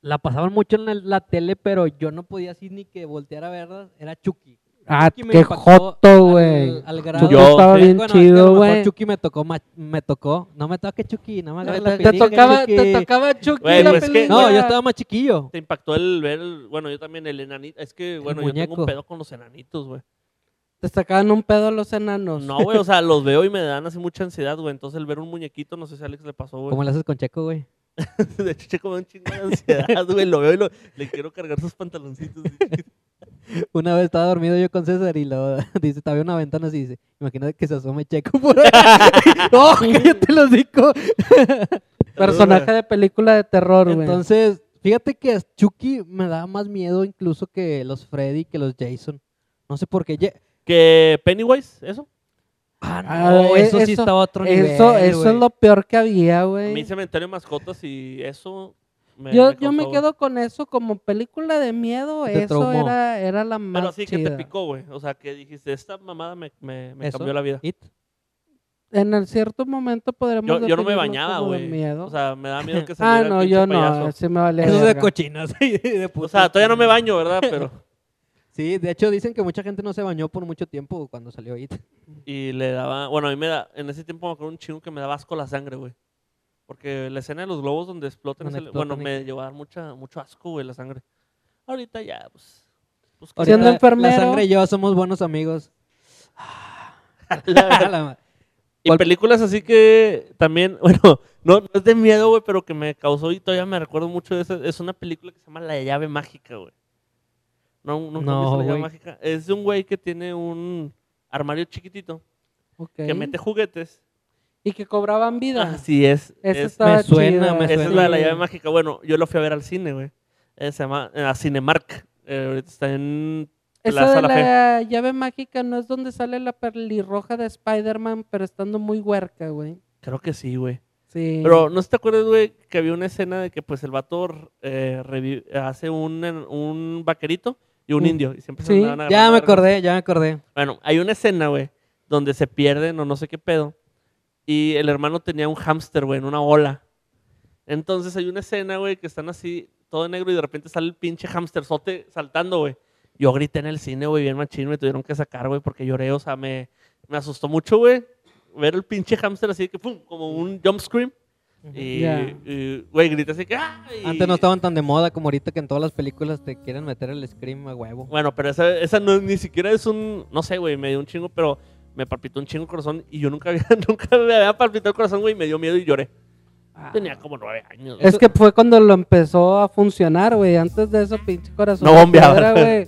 Speaker 3: la pasaban mucho en la, la tele, pero yo no podía así ni que voltear a verlas, era Chucky.
Speaker 5: ah,
Speaker 3: Chucky me
Speaker 5: qué
Speaker 3: impactó
Speaker 5: joto, güey.
Speaker 3: Al, al grado
Speaker 5: Chucky
Speaker 2: Yo-
Speaker 5: estaba
Speaker 2: sí.
Speaker 5: bien
Speaker 3: Bueno, es que a lo
Speaker 5: chido,
Speaker 3: mejor
Speaker 5: güey.
Speaker 3: Chucky me tocó, ma- me tocó. No me toque Chucky, no me hagas la
Speaker 5: Te, te
Speaker 3: película,
Speaker 5: tocaba,
Speaker 3: Chucky.
Speaker 5: te tocaba Chucky
Speaker 2: Güey,
Speaker 5: la
Speaker 2: pues es que-
Speaker 5: película.
Speaker 3: No, yo estaba más chiquillo.
Speaker 2: Te impactó el ver, el- bueno, yo también el enanito. Es que, bueno, yo tengo un
Speaker 3: muñeco.
Speaker 2: pedo con los enanitos, güey.
Speaker 5: Te sacaban un pedo los enanos.
Speaker 2: No, güey, o sea, los veo y me dan así mucha ansiedad, güey. Entonces el ver un muñequito, no sé si a Alex le pasó, güey.
Speaker 3: Como lo haces con Checo, güey.
Speaker 2: De hecho, checo me da un chingo de ansiedad, güey. Lo veo y lo- le quiero cargar sus pantaloncitos.
Speaker 3: Una vez estaba dormido yo con César y luego dice, estaba en una ventana así dice, imagínate que se asome Checo por ahí. ¡Oh, cállate los dico!
Speaker 5: Personaje de película de terror, güey.
Speaker 3: Entonces, fíjate que Chucky me daba más miedo incluso que los Freddy, que los Jason. No sé por qué. Ye-
Speaker 2: ¿Que Pennywise? ¿Eso?
Speaker 3: Ah,
Speaker 5: Ah,
Speaker 3: no,
Speaker 5: eh,
Speaker 3: eso, sí
Speaker 5: eso-
Speaker 3: estaba a otro nivel,
Speaker 5: Eso, eso es
Speaker 3: güey.
Speaker 5: lo peor que había,
Speaker 2: A mí
Speaker 5: güey.
Speaker 2: cementerio de mascotas y eso. Me,
Speaker 5: Yo,
Speaker 2: me
Speaker 5: yo me
Speaker 2: causó-
Speaker 5: quedo con eso como película de miedo.
Speaker 3: Te
Speaker 5: Eso
Speaker 3: traumó.
Speaker 5: era, era la más
Speaker 2: Pero así que
Speaker 5: chida.
Speaker 2: te picó, güey. O sea, que dijiste, esta mamada me, me, me
Speaker 3: Eso,
Speaker 2: cambió la vida.
Speaker 3: It.
Speaker 5: En el cierto momento podremos
Speaker 2: Yo, yo no me
Speaker 5: definirlo
Speaker 2: bañaba,
Speaker 5: como de
Speaker 2: güey.
Speaker 5: miedo.
Speaker 2: O sea, me da miedo que saliera
Speaker 5: ah,
Speaker 2: el
Speaker 5: no,
Speaker 2: pinche
Speaker 5: yo
Speaker 2: payaso.
Speaker 5: no. Sí me valía
Speaker 3: Eso es de
Speaker 5: verga.
Speaker 3: cochinas. y de
Speaker 2: O
Speaker 3: putas.
Speaker 2: sea, todavía no me baño, ¿verdad? Pero...
Speaker 3: Sí, de hecho dicen que mucha gente no se bañó por mucho tiempo cuando salió It.
Speaker 2: Y le daba, bueno, a mí me da, en ese tiempo me acuerdo un chingo que me daba asco la sangre, güey. Porque la escena de los globos donde explotan,
Speaker 3: Donde
Speaker 2: ese- bueno,
Speaker 3: explotan y-
Speaker 2: me llevó a dar mucha, mucho asco, güey, la sangre. Ahorita ya, pues. pues que-
Speaker 3: Ahorita
Speaker 5: Siendo enfermero.
Speaker 3: La sangre y yo somos buenos amigos. Ah,
Speaker 2: Y películas así que también, bueno, no, no es de miedo, güey, pero que me causó y todavía me recuerdo mucho de esa. Es una película que se llama La llave mágica, güey. No, nunca
Speaker 3: No,
Speaker 2: no, la llave
Speaker 3: güey.
Speaker 2: mágica. Es de un güey que tiene un armario chiquitito
Speaker 5: Okay.
Speaker 2: que mete juguetes.
Speaker 5: Y que cobraban vida.
Speaker 2: Así es.
Speaker 5: Esa
Speaker 2: es-
Speaker 5: estaba
Speaker 3: me suena,
Speaker 5: chida.
Speaker 3: me
Speaker 2: esa es
Speaker 3: suena.
Speaker 2: la, de la llave mágica. Bueno, yo lo fui a ver al cine, güey. Eh, se llama eh, a Cinemark. Eh, ahorita está en
Speaker 5: Esa
Speaker 2: Plaza
Speaker 5: de
Speaker 2: La
Speaker 5: la llave mágica no es donde sale la pelirroja de Spider-Man, pero estando muy huerca, güey.
Speaker 2: Creo que sí, güey.
Speaker 5: Sí.
Speaker 2: Pero no sé si te acuerdas, güey, que había una escena de que pues el vato eh, revi- hace un, un vaquerito y un
Speaker 5: Mm.
Speaker 2: indio. Y siempre
Speaker 5: Sí,
Speaker 2: se andaban
Speaker 3: ya
Speaker 2: agarrando
Speaker 3: me
Speaker 2: a vergas.
Speaker 3: acordé, ya me acordé.
Speaker 2: Bueno, hay una escena, güey, donde se pierden o no sé qué pedo. Y el hermano tenía un hámster, güey, en una ola. Entonces hay una escena, güey, que están así, todo negro, y de repente sale el pinche hamsterzote saltando, güey. Yo grité en el cine, güey, bien machín, me tuvieron que sacar, güey, porque lloré, o sea, me, me asustó mucho, güey. Ver el pinche hámster así que, pum, como un jump scream. Y,
Speaker 5: Ya.
Speaker 2: y, güey, grité así que, ¡ah! y-
Speaker 3: Antes no estaban tan de moda como ahorita que en todas las películas te quieren meter el scream a huevo.
Speaker 2: Bueno, pero esa, esa no, ni siquiera es un. No sé, güey, me dio un chingo, pero me palpitó un chingo el corazón y yo nunca había, nunca me había palpitado el corazón, güey, y me dio miedo y lloré.
Speaker 5: Ah.
Speaker 2: Tenía como nueve años. güey.
Speaker 5: Es que fue cuando lo empezó a funcionar, güey. Antes de eso, pinche corazón.
Speaker 2: No
Speaker 5: de
Speaker 2: bombeaba.
Speaker 5: piedra, güey.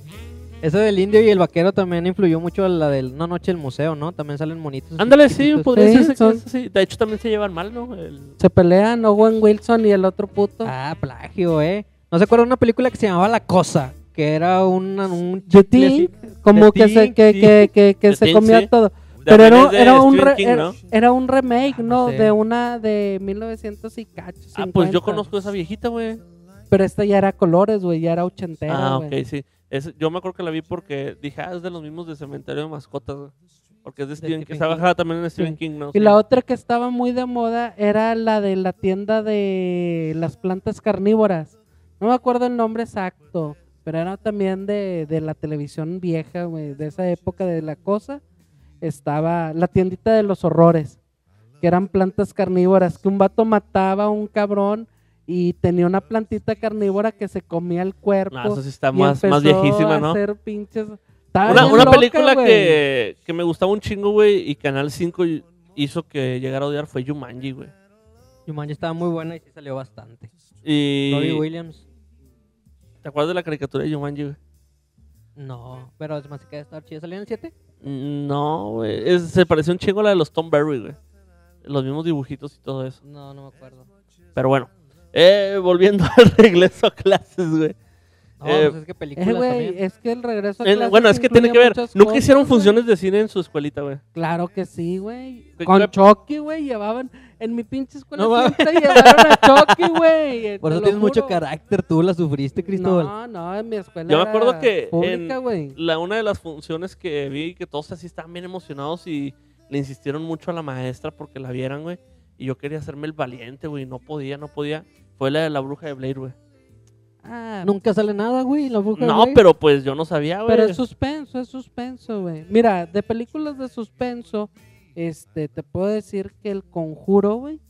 Speaker 3: Esa del indio y el vaquero también influyó mucho a la del Una noche el museo, ¿no? También salen monitos. así
Speaker 2: Ándale, sí,
Speaker 3: chiquitos.
Speaker 2: podría
Speaker 5: Sí,
Speaker 2: ser que
Speaker 5: son-
Speaker 2: eso sí. De hecho, también se llevan mal, ¿no? El-
Speaker 5: Se pelean Owen Wilson y el otro puto.
Speaker 3: Ah, plagio, ¿eh? ¿No se acuerdan de una película que se llamaba La Cosa? Que era una, un
Speaker 5: The
Speaker 3: chicle así.
Speaker 5: Thing, como
Speaker 2: The
Speaker 5: que se,
Speaker 2: Thing,
Speaker 5: que,
Speaker 2: sí.
Speaker 5: que, que, que
Speaker 2: The
Speaker 5: se
Speaker 2: Thing,
Speaker 5: comía
Speaker 2: sí.
Speaker 5: todo. Pero
Speaker 2: También
Speaker 5: era,
Speaker 2: es de
Speaker 5: era un
Speaker 2: Stephen
Speaker 5: re-
Speaker 2: King,
Speaker 5: era,
Speaker 2: ¿no?
Speaker 5: era un remake,
Speaker 3: Ah, no
Speaker 5: ¿no?
Speaker 3: sé.
Speaker 5: De una de 1900 y cacho.
Speaker 2: Ah, pues yo
Speaker 5: 50.
Speaker 2: conozco a esa viejita, güey.
Speaker 5: Pero esta ya era colores, güey. Ya era ochentera,
Speaker 2: Ah,
Speaker 5: güey.
Speaker 2: ok, sí. Es- yo me acuerdo que la vi porque dije, ah, es de los mismos de Cementerio de Mascotas, güey. Porque es de Stephen King.
Speaker 3: Stephen
Speaker 2: Está
Speaker 3: King.
Speaker 2: bajada también en Stephen
Speaker 5: Sí.
Speaker 2: King, ¿no?
Speaker 5: Y la otra que estaba muy de moda era la de la tienda de las plantas carnívoras. No me acuerdo el nombre exacto, pero era también de, de la televisión vieja, güey, de esa época de la cosa. Estaba la tiendita de los horrores, que eran plantas carnívoras, que un vato mataba a un cabrón y tenía una plantita carnívora que se comía el cuerpo.
Speaker 2: No, Ah, eso sí está
Speaker 5: pues, y
Speaker 2: más, más
Speaker 5: empezó
Speaker 2: viejísima, ¿no?
Speaker 5: A hacer pinches... Estaba
Speaker 2: Una,
Speaker 5: bien
Speaker 2: una
Speaker 5: loca,
Speaker 2: película
Speaker 5: güey.
Speaker 2: que, que me gustaba un chingo, güey, y Canal 5 y- hizo que llegara a odiar fue Jumanji, güey.
Speaker 3: Jumanji estaba muy buena y sí salió bastante. Robbie
Speaker 2: Y...
Speaker 3: Williams.
Speaker 2: ¿Te acuerdas de la caricatura de Jumanji, güey?
Speaker 3: No, pero es más que estar chida. ¿Salió en el 7?
Speaker 2: Mm, No, güey. es- Se pareció un chingo a la de los Tom Berry, güey. Los mismos dibujitos y todo eso.
Speaker 3: No, no me acuerdo.
Speaker 2: Pero bueno. Eh, volviendo al regreso a clases, güey.
Speaker 3: No,
Speaker 2: Eh,
Speaker 3: pues es que películas
Speaker 5: Eh, güey,
Speaker 3: también.
Speaker 5: es que el regreso a
Speaker 2: Eh,
Speaker 5: clases
Speaker 2: Bueno, es que tiene
Speaker 5: incluye
Speaker 2: que ver.
Speaker 5: muchas
Speaker 2: Nunca
Speaker 5: cosas,
Speaker 2: hicieron
Speaker 5: güey.
Speaker 2: funciones de cine en su escuelita, güey.
Speaker 5: Claro que sí, güey.
Speaker 2: Que-
Speaker 5: Con
Speaker 2: que-
Speaker 5: Chucky, güey, llevaban... En mi pinche escuela
Speaker 3: No mames.
Speaker 5: siempre llevaron a Chucky, güey. eh,
Speaker 3: Por
Speaker 5: te
Speaker 3: eso
Speaker 5: lo
Speaker 3: tienes mucho
Speaker 5: juro.
Speaker 3: carácter. Tú la sufriste, Cristóbal.
Speaker 5: No, no, en mi escuela
Speaker 2: Yo me acuerdo
Speaker 5: era
Speaker 2: que en-
Speaker 5: Pública, güey.
Speaker 2: La, una de las funciones que vi que todos así estaban bien emocionados y le insistieron mucho a la maestra porque la vieran, güey. Y yo quería hacerme el valiente, güey. y No podía, no podía. Fue la de la bruja de Blair, güey.
Speaker 5: Ah,
Speaker 3: Nunca sale nada, güey. La bruja de
Speaker 2: No,
Speaker 3: Blair.
Speaker 2: pero pues yo no sabía, güey.
Speaker 5: pero es suspenso, es suspenso, güey. Mira, de películas de suspenso, este, te puedo decir que El Conjuro, güey,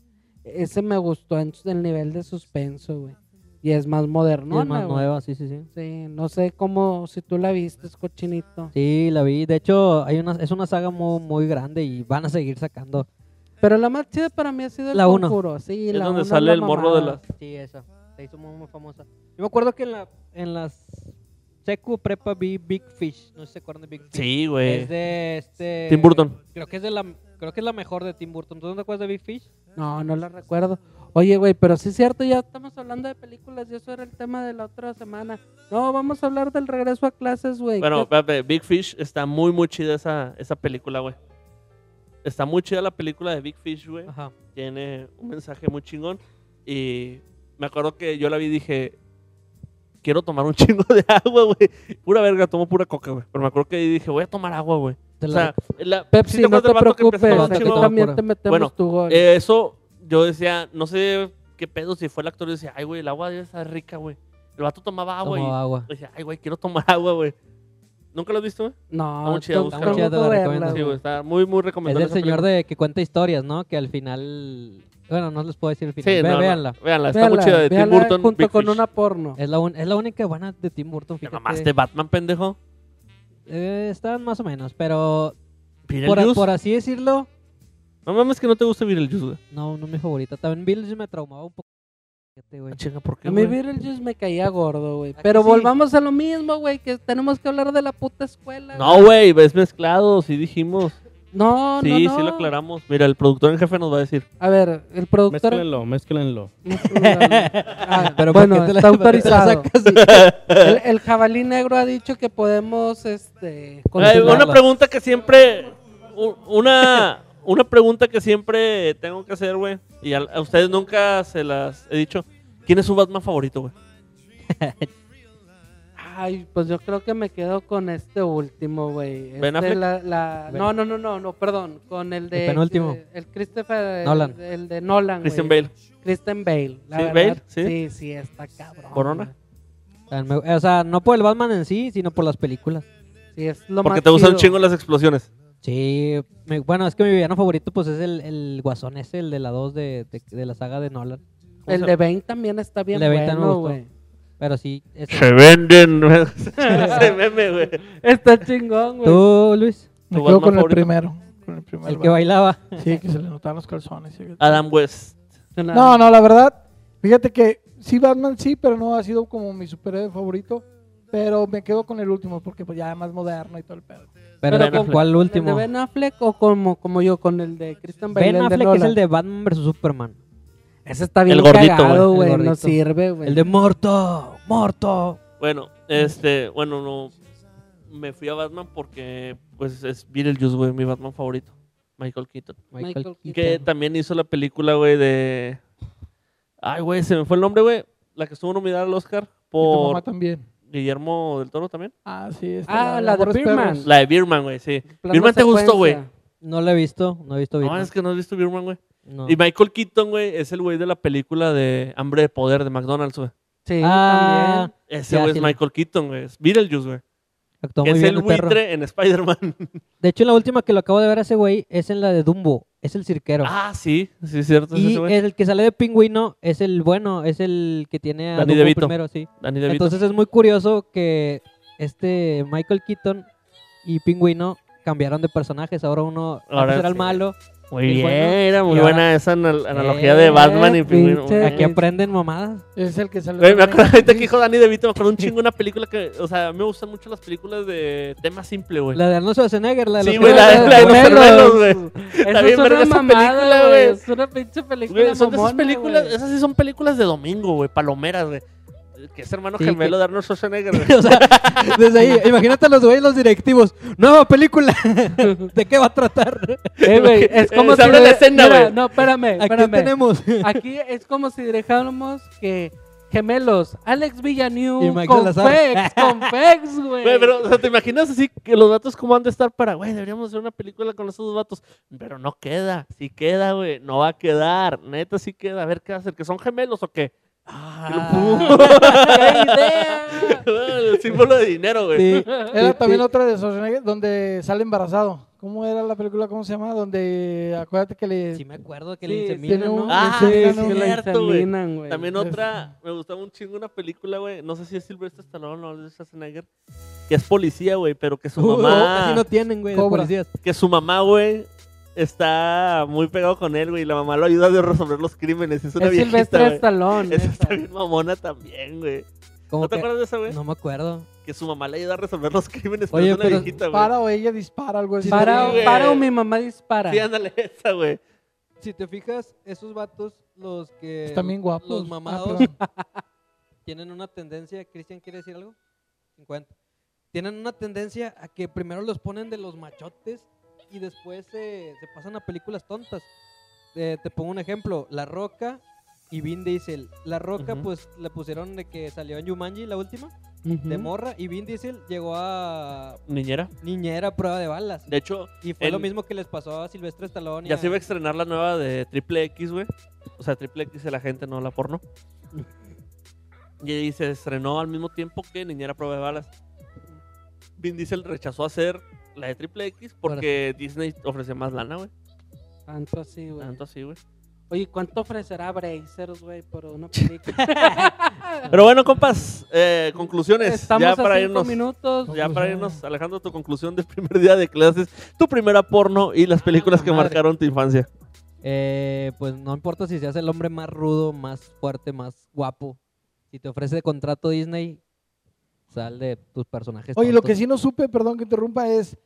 Speaker 5: ese me gustó en el nivel de suspenso, güey. Y es más
Speaker 3: Sí,
Speaker 5: moderno,
Speaker 3: es más nueva, sí, sí, sí.
Speaker 5: Sí, no sé cómo, si tú la viste, cochinito.
Speaker 3: Sí, la vi. De hecho, hay una, es una saga muy, muy grande y van a seguir sacando.
Speaker 5: Pero la más chida para mí ha sido el
Speaker 3: La uno.
Speaker 5: Conjuro, sí,
Speaker 2: Es
Speaker 5: la
Speaker 2: donde
Speaker 5: uno
Speaker 2: sale
Speaker 5: la
Speaker 2: el morro de
Speaker 5: mamada.
Speaker 2: las...
Speaker 3: Sí, esa. Se hizo muy, muy famosa. Yo me acuerdo que en la en las secu prepa vi Big Fish. No sé si se acuerdan de Big Fish.
Speaker 2: Sí,
Speaker 3: Es
Speaker 2: güey.
Speaker 3: de este...
Speaker 2: Tim Burton.
Speaker 3: Creo que es, de la, creo que es la mejor de Tim Burton. ¿Tú no te acuerdas de Big Fish?
Speaker 5: No, no la recuerdo. Oye, güey, pero sí es cierto, ya estamos hablando de películas y eso era el tema de la otra semana. No, vamos a hablar del regreso a clases, güey.
Speaker 2: Bueno,
Speaker 5: ¿Qué-
Speaker 2: espérate, Big Fish está muy, muy chida esa, esa película, güey. Está muy chida la película de Big Fish, güey.
Speaker 3: Ajá.
Speaker 2: tiene un mensaje muy chingón. Y me acuerdo que yo la vi y dije, quiero tomar un chingo de agua, güey. Pura verga, tomo pura coca, güey. Pero me acuerdo que dije, voy a tomar agua, güey.
Speaker 3: Te
Speaker 2: O
Speaker 3: la
Speaker 2: sea, la,
Speaker 5: Pepsi,
Speaker 2: ¿sí
Speaker 5: no
Speaker 2: acuerdas
Speaker 5: te
Speaker 2: del vato que
Speaker 5: preocupes,
Speaker 2: empezó a tomar
Speaker 3: no
Speaker 2: un
Speaker 5: aquí
Speaker 3: te
Speaker 2: chingo de agua?
Speaker 5: también
Speaker 3: agua?
Speaker 5: te metemos
Speaker 2: Bueno,
Speaker 5: tu gol.
Speaker 2: Eh, eso, yo decía, no sé qué pedo si fue el actor. Yo decía, ay, Ah, güey, el agua debe estar rica, güey. El vato tomaba agua
Speaker 3: Tomaba
Speaker 2: y
Speaker 3: agua.
Speaker 2: yo decía, ay, güey, quiero tomar agua, güey. ¿Nunca lo has visto, güey? Está
Speaker 5: No,
Speaker 2: muy chida,
Speaker 5: tengo-
Speaker 2: búscala. Está
Speaker 5: tengo
Speaker 2: muy
Speaker 3: chida, te la
Speaker 5: que
Speaker 3: recomiendo.
Speaker 5: verla,
Speaker 2: Sí,
Speaker 5: Ah, güey.
Speaker 2: güey, está muy, muy
Speaker 3: Es
Speaker 2: recomendable.
Speaker 3: del señor de que cuenta historias, ¿no? Que al final. Bueno, no les puedo decir el final.
Speaker 2: Sí,
Speaker 3: Ve-
Speaker 2: no, no,
Speaker 3: véanla.
Speaker 2: véanla, está
Speaker 5: Véala,
Speaker 2: muy chida de Tim
Speaker 5: véala
Speaker 2: Burton.
Speaker 5: junto
Speaker 2: Big
Speaker 5: con
Speaker 2: Fish. ¿Eh?
Speaker 5: una porno.
Speaker 3: Es la, un- es la única buena de Tim Burton.
Speaker 2: Te
Speaker 3: Fíjate.
Speaker 2: mamaste Batman, pendejo.
Speaker 3: Eh, están más o menos, pero por, a-
Speaker 2: Beetlejuice.
Speaker 3: por así decirlo,
Speaker 2: No mames que no te gusta Beetlejuice, güey.
Speaker 3: no, no es mi favorita. También Beetlejuice me traumaba un poco. Fíjate, güey.
Speaker 2: Chinga, ¿por qué,
Speaker 5: A mí
Speaker 2: güey?
Speaker 5: Beetlejuice me caía gordo, güey.
Speaker 3: ¿A que
Speaker 5: Pero
Speaker 3: sí?
Speaker 5: volvamos a lo mismo, güey, que tenemos que hablar de la puta escuela.
Speaker 2: No, güey, es mezclado, sí dijimos.
Speaker 5: no, no,
Speaker 2: sí,
Speaker 5: no.
Speaker 2: sí lo aclaramos. Mira, el productor en jefe nos va a decir.
Speaker 5: A ver, el productor...
Speaker 6: Mézclenlo, mézclenlo.
Speaker 5: Ah,
Speaker 3: Pero ¿por
Speaker 5: bueno,
Speaker 3: qué te la-
Speaker 5: está
Speaker 3: por qué te la
Speaker 5: autorizado.
Speaker 3: sacas?
Speaker 5: El, el jabalí negro ha dicho que podemos, este...
Speaker 2: Eh,
Speaker 5: continuar.
Speaker 2: una pregunta que siempre. u- Una, una pregunta que siempre tengo que hacer, güey. Y a, a ustedes nunca se las he dicho. ¿Quién es su Batman favorito, güey?
Speaker 5: Ay, pues yo creo que me quedo con este último, güey.
Speaker 2: ¿Ben
Speaker 5: Este,
Speaker 2: Affleck?
Speaker 5: la- la-
Speaker 3: Ben-
Speaker 5: No, no, no, no, no, perdón. Con el de...
Speaker 3: El penúltimo.
Speaker 5: eh, El Christopher...
Speaker 3: Nolan.
Speaker 5: El, el de Nolan,
Speaker 2: Christian
Speaker 5: Ah, güey.
Speaker 2: Bale.
Speaker 5: Christian Bale. la
Speaker 2: Sí,
Speaker 5: verdad,
Speaker 2: Bale, sí.
Speaker 5: Sí, sí, está cabrón.
Speaker 2: Corona.
Speaker 5: güey.
Speaker 3: También me- eh, O sea, no por el Batman en sí, sino por las películas.
Speaker 5: Sí, es lo
Speaker 2: Porque
Speaker 5: más
Speaker 2: te gustan un
Speaker 5: chido.
Speaker 2: chingo las explosiones.
Speaker 3: Sí, me- bueno, es que mi villano favorito pues es el, el guasón ese, el de la 2 de, de- de la saga de Nolan.
Speaker 5: El de Bane también está bien
Speaker 3: El de Bane también me
Speaker 5: bueno,
Speaker 3: gustó.
Speaker 5: güey.
Speaker 3: Pero sí, ese.
Speaker 2: venden. Ese meme, güey.
Speaker 5: Está chingón, güey.
Speaker 3: Tú, Luis,
Speaker 4: Me
Speaker 2: ¿Tu Batman
Speaker 4: quedo con el
Speaker 2: favorito?
Speaker 4: primero. Con el primer
Speaker 3: el que
Speaker 4: Batman.
Speaker 3: bailaba.
Speaker 4: Sí, que se le notaban los calzones. sí.
Speaker 2: Adam West.
Speaker 5: Suena-
Speaker 4: No, no, la verdad, fíjate que sí, Batman sí, pero no ha sido como mi superhéroe favorito. Pero me quedo con el último porque pues ya es más moderno y todo el pedo.
Speaker 3: Pero,
Speaker 2: Ben
Speaker 3: ¿con
Speaker 2: Affleck.
Speaker 3: cuál
Speaker 5: ¿Con el
Speaker 3: último?
Speaker 5: de Ben Affleck o como, como yo, con el de Christian Bale?
Speaker 3: Ben
Speaker 5: el de
Speaker 3: Affleck es
Speaker 5: Nolan?
Speaker 3: el de Batman vs Superman.
Speaker 5: Ese está bien
Speaker 2: El gordito,
Speaker 5: cagado,
Speaker 3: güey. El
Speaker 5: güey. No
Speaker 3: gordito.
Speaker 5: sirve, güey.
Speaker 3: El de Morto, Morto.
Speaker 2: Bueno, este, bueno, no. Me fui a Batman porque, pues, es Beetlejuice, güey, mi Batman favorito. Michael Keaton.
Speaker 5: Michael
Speaker 3: Michael
Speaker 5: Keaton.
Speaker 2: Que
Speaker 3: Keaton.
Speaker 2: también hizo la película, güey, de. Ay, güey, se me fue el nombre, güey. La que estuvo nominada al Oscar
Speaker 4: Y tu mamá
Speaker 2: por
Speaker 4: también.
Speaker 2: Guillermo del Toro también.
Speaker 4: Ah, sí.
Speaker 5: Ah, la de
Speaker 4: Amores
Speaker 5: Birdman.
Speaker 4: Perros.
Speaker 2: La de Birman, güey, sí.
Speaker 5: Plano
Speaker 2: Birman te gustó,
Speaker 5: secuencia.
Speaker 2: güey.
Speaker 3: No lo he visto, no he visto
Speaker 2: No,
Speaker 3: Batman.
Speaker 2: es que no has visto Birman, güey.
Speaker 3: No.
Speaker 2: Y Michael Keaton, güey, es el güey de la película de Hambre de Poder de McDonald's, güey.
Speaker 5: Sí,
Speaker 3: Ah,
Speaker 2: Ese
Speaker 3: Ya,
Speaker 2: güey
Speaker 3: sí
Speaker 2: es
Speaker 3: lo-
Speaker 2: Michael Keaton, güey. Es Beetlejuice, güey.
Speaker 3: actuó
Speaker 2: Que
Speaker 3: muy
Speaker 2: Es
Speaker 3: bien
Speaker 2: el
Speaker 3: el perro.
Speaker 2: buitre en Spider-Man.
Speaker 3: De hecho, la última que lo acabo de ver a ese güey es en la de Dumbo, es el cirquero.
Speaker 2: Ah, sí, sí, es cierto. es
Speaker 3: y
Speaker 2: ese güey.
Speaker 3: el que sale de pingüino es el bueno, es el que tiene a
Speaker 2: Danny
Speaker 3: Dumbo
Speaker 2: DeVito.
Speaker 3: primero, sí.
Speaker 2: Danny DeVito.
Speaker 3: Entonces es muy curioso que este Michael Keaton y Pingüino cambiaron de personajes. Ahora uno antes
Speaker 2: Ahora
Speaker 3: era el
Speaker 2: sí.
Speaker 3: malo.
Speaker 2: muy
Speaker 3: el
Speaker 2: bien,
Speaker 3: bueno,
Speaker 2: era muy
Speaker 3: y ahora-
Speaker 2: buena esa anal- analogía de Batman y Pingüino.
Speaker 5: pinche-
Speaker 2: Aquí
Speaker 3: Aquí aprenden mamadas.
Speaker 4: Es el que salió.
Speaker 2: Güey, me acuerdo
Speaker 4: también.
Speaker 2: ahorita que dijo Danny DeVito, me acuerdo un chingo una película que, o sea, a mí me gustan mucho las películas de tema simple, güey.
Speaker 3: La de Arnold Schwarzenegger, la de
Speaker 2: Sí,
Speaker 3: los
Speaker 2: güey, la,
Speaker 3: gemelos.
Speaker 2: de- la de los
Speaker 5: Gemelos.
Speaker 2: gemelos, güey.
Speaker 5: Eso
Speaker 2: bien
Speaker 5: es
Speaker 2: verga
Speaker 5: una
Speaker 2: esa película,
Speaker 5: mamada,
Speaker 2: güey.
Speaker 5: güey. Es una pinche película
Speaker 2: Güey, Son de esas
Speaker 5: mamona,
Speaker 2: películas,
Speaker 5: güey.
Speaker 2: esas sí son películas de domingo, güey, palomeras, güey. Que es hermano
Speaker 3: Sí,
Speaker 2: gemelo
Speaker 3: que-
Speaker 2: de Arnold Schwarzenegger, güey.
Speaker 3: O sea, desde ahí, imagínate a los güeyes, los directivos. Nueva película. ¿De qué va a tratar?
Speaker 5: Eh, güey, es como
Speaker 2: Se abre la
Speaker 5: de-
Speaker 2: escena,
Speaker 5: mira,
Speaker 2: güey.
Speaker 5: No, espérame,
Speaker 3: Aquí
Speaker 5: espérame.
Speaker 3: tenemos.
Speaker 5: Aquí es como si dejáramos que gemelos, Alex
Speaker 3: Y
Speaker 5: Villanueva
Speaker 3: Michael
Speaker 5: con
Speaker 3: Lazar.
Speaker 5: Fex, con Fex, güey.
Speaker 2: Güey, pero, o sea, ¿te imaginas así que los vatos cómo han de estar para, güey, deberíamos hacer una película con esos dos vatos? Pero no queda, sí queda, güey, no va a quedar, neta sí queda, a ver qué hacer, que son gemelos o qué.
Speaker 5: Ah, ¡Qué idea!
Speaker 2: El símbolo de dinero, güey.
Speaker 3: Sí.
Speaker 4: Era
Speaker 3: Sí,
Speaker 4: también
Speaker 3: sí.
Speaker 4: otra de Schwarzenegger donde sale embarazado. ¿Cómo era la película? ¿Cómo se llama? Donde acuérdate que le.
Speaker 3: Sí, me acuerdo que
Speaker 5: Sí,
Speaker 3: le
Speaker 5: tiene
Speaker 3: inseminan, ¿no?
Speaker 5: un-
Speaker 2: Ah,
Speaker 4: sí,
Speaker 2: sí,
Speaker 4: no,
Speaker 2: es
Speaker 4: que la
Speaker 2: cierto, güey.
Speaker 5: inseminan, güey.
Speaker 2: También otra, me gustaba un chingo una película, güey, no sé si es Silvestre Stallone o Arnold Schwarzenegger, que es policía, güey, pero que su
Speaker 3: Uh,
Speaker 2: mamá...
Speaker 3: Casi no tienen, güey, de
Speaker 4: Cobra.
Speaker 3: policías.
Speaker 2: que su mamá, güey, está muy pegado con él, güey. Y la mamá lo ayuda a resolver los crímenes. Es una
Speaker 5: Es
Speaker 2: viejita,
Speaker 5: Silvestre
Speaker 2: güey.
Speaker 5: Stallone.
Speaker 2: Esa
Speaker 5: esa.
Speaker 2: está bien mamona también, güey.
Speaker 3: Como
Speaker 2: ¿No te
Speaker 3: que-
Speaker 2: acuerdas de esa, güey?
Speaker 3: No me acuerdo.
Speaker 2: Que su mamá le ayuda a resolver los crímenes,
Speaker 3: Oye,
Speaker 2: pero es una
Speaker 3: pero
Speaker 2: viejita, güey.
Speaker 4: Para o ella dispara, algo así.
Speaker 5: Para,
Speaker 2: güey.
Speaker 5: para o mi mamá dispara.
Speaker 2: Sí, ándale esa, güey.
Speaker 3: Si te fijas, esos vatos, los que.
Speaker 4: Están bien guapos.
Speaker 3: Los
Speaker 4: Ah,
Speaker 3: mamados
Speaker 4: perdón.
Speaker 3: tienen una tendencia. ¿Cristian quiere decir algo? 50. Tienen una tendencia a que primero los ponen de los machotes y después se, se pasan a películas tontas. Eh, te pongo un ejemplo: La Roca y Vin Diesel. La Roca,
Speaker 2: Ujú.
Speaker 3: pues le pusieron de que salió en Jumanji la última,
Speaker 5: Ujú.
Speaker 3: de morra, y Vin Diesel llegó a
Speaker 2: Niñera.
Speaker 3: niñera a prueba de balas.
Speaker 2: De hecho,
Speaker 3: Y fue
Speaker 2: en-
Speaker 3: lo mismo que les pasó a Silvestre Stallone. y
Speaker 2: ya
Speaker 3: a-
Speaker 2: se iba a estrenar la nueva de Triple X, güey. O sea, Triple X de la gente, no la porno. Y se estrenó al mismo tiempo que Niñera Prueba de Balas. Vin Diesel rechazó hacer la de Triple X porque Disney ofrece más lana, güey.
Speaker 5: Tanto así, güey.
Speaker 2: Tanto así, güey.
Speaker 5: Oye, ¿cuánto ofrecerá Brazers, güey, por una película?
Speaker 2: Pero bueno, compas, eh, conclusiones.
Speaker 5: Estamos
Speaker 2: ya para
Speaker 5: a cinco
Speaker 2: irnos.
Speaker 5: minutos.
Speaker 2: Ya para irnos, Alejandro, tu conclusión del primer día de clases, tu primera porno y las
Speaker 5: Ah,
Speaker 2: películas que
Speaker 3: madre.
Speaker 2: marcaron tu infancia.
Speaker 3: Eh, pues no importa si se hace el hombre más rudo, más fuerte, más guapo. Si te ofrece contrato Disney, sal de tus personajes.
Speaker 4: Oye, lo
Speaker 3: tontos.
Speaker 4: que sí no supe, perdón que interrumpa, es.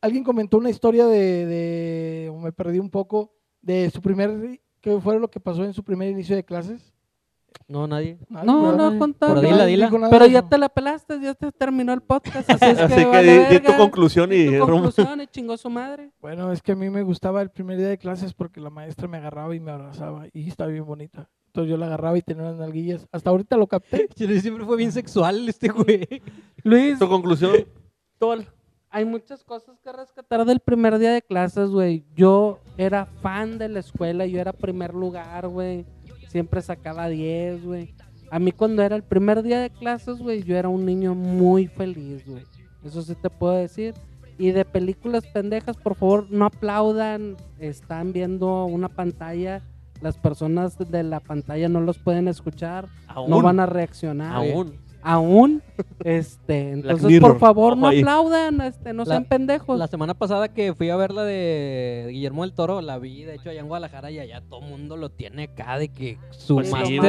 Speaker 4: Alguien comentó una historia de. de- o me perdí un poco. De su primer. ¿Qué fue lo que pasó en su primer inicio de clases?
Speaker 3: No, nadie.
Speaker 4: Nadie,
Speaker 5: No,
Speaker 4: ¿verdad?
Speaker 5: no, contame.
Speaker 3: Pero dila,
Speaker 4: Nadie dijo
Speaker 3: dila.
Speaker 4: nada de
Speaker 5: Pero ya
Speaker 4: eso.
Speaker 5: te la pelaste, ya te terminó el podcast. Así, es que
Speaker 2: Así que
Speaker 5: vale
Speaker 2: di, di tu
Speaker 5: verga.
Speaker 2: conclusión
Speaker 5: Di
Speaker 2: y
Speaker 5: tu
Speaker 2: rumbo.
Speaker 5: conclusión y chingó su madre.
Speaker 4: Bueno, es que a mí me gustaba el primer día de clases porque la maestra me agarraba y me abrazaba y estaba bien bonita. Entonces yo la agarraba y tenía unas nalguillas. Hasta ahorita lo capté.
Speaker 3: Siempre fue bien sexual este güey.
Speaker 5: Luis,
Speaker 2: Tu conclusión.
Speaker 5: hay muchas cosas que rescatar del primer día de clases, güey. Yo era fan de la escuela, yo era primer lugar, güey. Siempre sacaba 10, güey. A mí cuando era el primer día de clases, güey, yo era un niño muy feliz, güey. Eso sí te puedo decir. Y de películas pendejas, por favor, no aplaudan. Están viendo una pantalla. Las personas de la pantalla no los pueden escuchar.
Speaker 2: Aún.
Speaker 5: No van a reaccionar
Speaker 2: aún.
Speaker 5: aún. Este, entonces,
Speaker 2: Mirror,
Speaker 5: por favor,
Speaker 2: ojo
Speaker 5: no
Speaker 2: ahí.
Speaker 5: aplaudan, este, no
Speaker 3: La-
Speaker 5: sean pendejos.
Speaker 3: Pues, La semana pasada que fui a ver la de Guillermo del Toro, la vi, de hecho, allá en Guadalajara y allá todo mundo lo tiene acá de que su
Speaker 2: Pues sí,
Speaker 3: máster,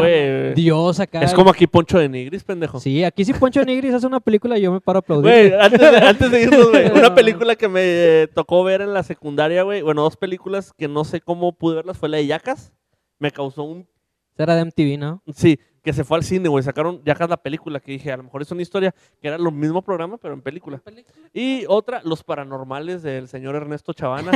Speaker 2: güey.
Speaker 3: Dios acá.
Speaker 2: Es como aquí Poncho de Nigris, pendejo.
Speaker 3: Sí, aquí si Poncho de Nigris hace una película yo me paro a aplaudir.
Speaker 2: Güey, antes de, antes de irnos, güey, una película que me eh, tocó ver en la secundaria, güey, bueno, dos películas que no sé cómo pude verlas, fue la de Yacas, me causó un
Speaker 3: Esa era de MTV, ¿no?
Speaker 2: Sí, que se fue al cine, güey. Sacaron ya acá la película que dije, a lo mejor es una historia que era lo mismo programa, pero en película. Y otra, Los Paranormales del señor Ernesto Chavana,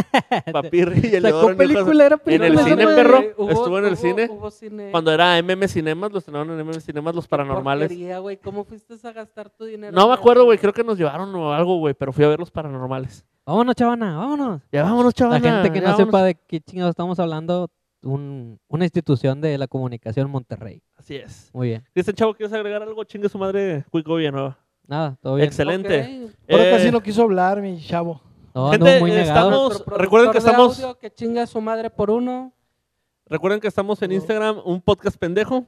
Speaker 2: Papirri y el
Speaker 3: Sacó
Speaker 2: Leodoro Hinojosa.
Speaker 3: película, era
Speaker 2: en
Speaker 3: película.
Speaker 2: el
Speaker 3: esa
Speaker 2: cine,
Speaker 3: madre.
Speaker 2: perro,
Speaker 5: Eh, hubo-
Speaker 2: estuvo en el
Speaker 5: hubo-
Speaker 2: cine.
Speaker 5: hubo cine
Speaker 2: Cuando era MM Cinemas, los estrenaron en MM Cinemas, Los Paranormales.
Speaker 5: porquería, güey, ¿Cómo fuiste a gastar tu dinero?
Speaker 2: No
Speaker 5: en
Speaker 2: me acuerdo,
Speaker 5: eso?
Speaker 2: güey, creo que nos llevaron o algo, güey, pero fui a ver Los Paranormales.
Speaker 3: Vámonos, chavana, vámonos.
Speaker 2: Ya vámonos,
Speaker 3: La
Speaker 2: chavana.
Speaker 3: gente que
Speaker 2: ya
Speaker 3: no
Speaker 2: vámonos.
Speaker 3: sepa de qué chingados estamos hablando, un- una institución de la comunicación Monterrey.
Speaker 2: Así es.
Speaker 3: Muy bien.
Speaker 2: Dicen, chavo, ¿quieres agregar algo? Chingue su madre, Cuico Villanueva.
Speaker 3: Nada, todo bien.
Speaker 2: Excelente.
Speaker 5: Ok.
Speaker 4: Ahora
Speaker 2: Eh,
Speaker 4: casi no quiso hablar, mi chavo.
Speaker 3: No,
Speaker 2: Gente,
Speaker 3: ando muy
Speaker 2: eh, estamos-
Speaker 3: negado.
Speaker 5: Nuestro productor
Speaker 2: recuerden que
Speaker 5: de
Speaker 2: estamos-
Speaker 5: audio que chinga a su madre por uno.
Speaker 2: Recuerden que estamos en
Speaker 4: No.
Speaker 2: Instagram, un podcast pendejo.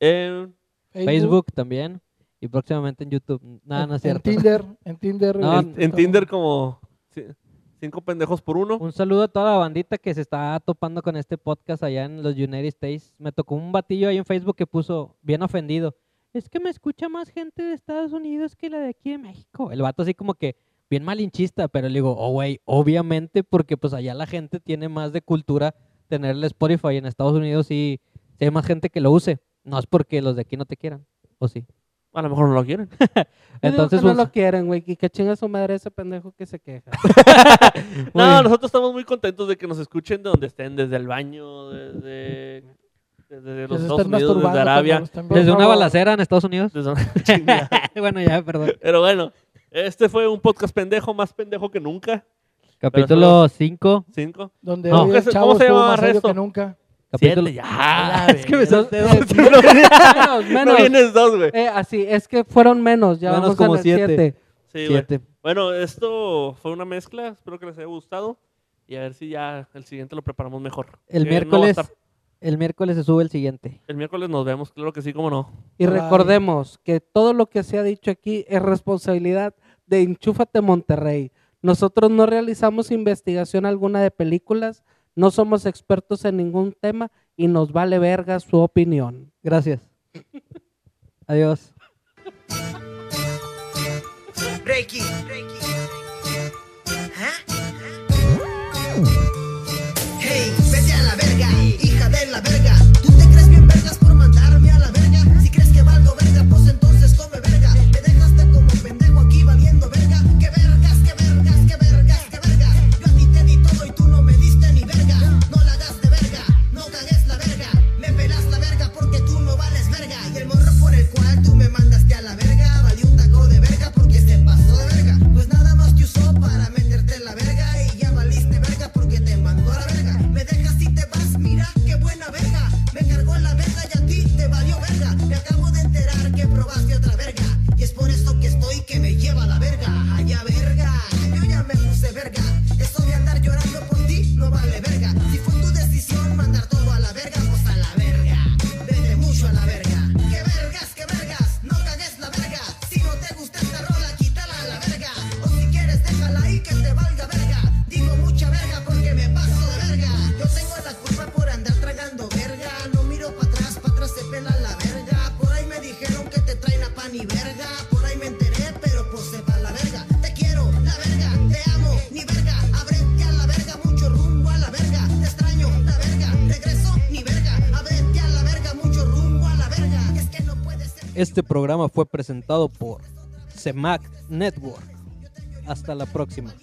Speaker 2: Eh,
Speaker 3: Facebook también. Y próximamente en YouTube. Nada, no es
Speaker 4: en
Speaker 3: cierto.
Speaker 4: Tinder, en Tinder.
Speaker 3: No,
Speaker 4: eh,
Speaker 2: en, en Tinder como ci- cinco pendejos por uno.
Speaker 3: Un saludo a toda la bandita que se está topando con este podcast allá en los United States. Me tocó un batillo ahí en Facebook que puso bien ofendido. Es que me escucha más gente de Estados Unidos que la de aquí de México. El vato así como que bien malinchista, pero le digo, oh, güey, obviamente porque pues allá la gente tiene más de cultura tenerle Spotify en Estados Unidos y si hay más gente que lo use. No es porque los de aquí no te quieran, ¿o sí?
Speaker 2: A lo mejor no lo quieren.
Speaker 3: Entonces, pues,
Speaker 5: Entonces no
Speaker 3: un-
Speaker 5: lo quieren, güey, y que chinga a su madre ese pendejo que se queja.
Speaker 2: No,
Speaker 3: bien.
Speaker 2: nosotros estamos muy contentos de que nos escuchen de donde estén, desde el baño, desde, desde
Speaker 4: que
Speaker 2: los Estados
Speaker 4: se están
Speaker 2: Unidos, desde
Speaker 4: masturbando cuando
Speaker 2: Arabia.
Speaker 4: lo están viendo.
Speaker 3: Desde una
Speaker 4: Por favor.
Speaker 3: balacera en Estados Unidos.
Speaker 2: desde donde- Chinga.
Speaker 3: bueno, ya, perdón.
Speaker 2: Pero bueno, este fue un podcast pendejo, más pendejo que nunca.
Speaker 3: Capítulo 5.
Speaker 2: Cinco.
Speaker 4: Donde
Speaker 3: No.
Speaker 4: hoy el
Speaker 2: ¿Cómo se-
Speaker 4: chavo
Speaker 2: cómo se
Speaker 4: estuvo
Speaker 2: llama
Speaker 4: más serio
Speaker 2: esto?
Speaker 4: que nunca.
Speaker 3: Capítulo...
Speaker 2: Siete, ya.
Speaker 3: Es que me
Speaker 2: No-
Speaker 3: salté dos.
Speaker 2: no vienes-
Speaker 5: menos,
Speaker 2: No
Speaker 5: menos.
Speaker 2: vienes dos, güey.
Speaker 5: Eh, así, es que fueron menos, ya
Speaker 3: Menos
Speaker 5: vamos
Speaker 3: como
Speaker 5: en el
Speaker 3: siete.
Speaker 5: siete.
Speaker 2: Sí, güey.
Speaker 3: Siete.
Speaker 2: Bueno, esto fue una mezcla. Espero que les haya gustado. Y a ver si ya el siguiente lo preparamos mejor.
Speaker 3: El
Speaker 2: Que Eh, no va a
Speaker 3: miércoles,
Speaker 2: estar-
Speaker 3: el miércoles se sube el siguiente.
Speaker 2: el miércoles nos vemos, claro que sí, cómo no.
Speaker 5: Y
Speaker 4: Bye.
Speaker 5: recordemos que todo lo que se ha dicho aquí es responsabilidad de Enchúfate Monterrey. Nosotros no realizamos investigación alguna de películas, no somos expertos en ningún tema y nos vale verga su opinión.
Speaker 3: Gracias. Adiós.
Speaker 7: Reiki. ¿Ah? Hey, vete a la verga, hija de la verga. ¿Tú te crees bien vergas por mandarme a la verga? Si crees que valgo verga, pues entonces come verga. Me dejaste como pendejo aquí valiendo verga. Que vergas, que vergas, que vergas, que vergas. Yo a ti te di todo y tú no me diste ni verga. No la das de verga, no cagues la verga. Me pelas la verga porque tú no vales verga. Y el morro por el cual tú me mandaste a la verga valió un taco de verga porque se pasó de verga. Pues nada más tú
Speaker 3: Este programa fue presentado por CEMAC Network. Hasta la próxima.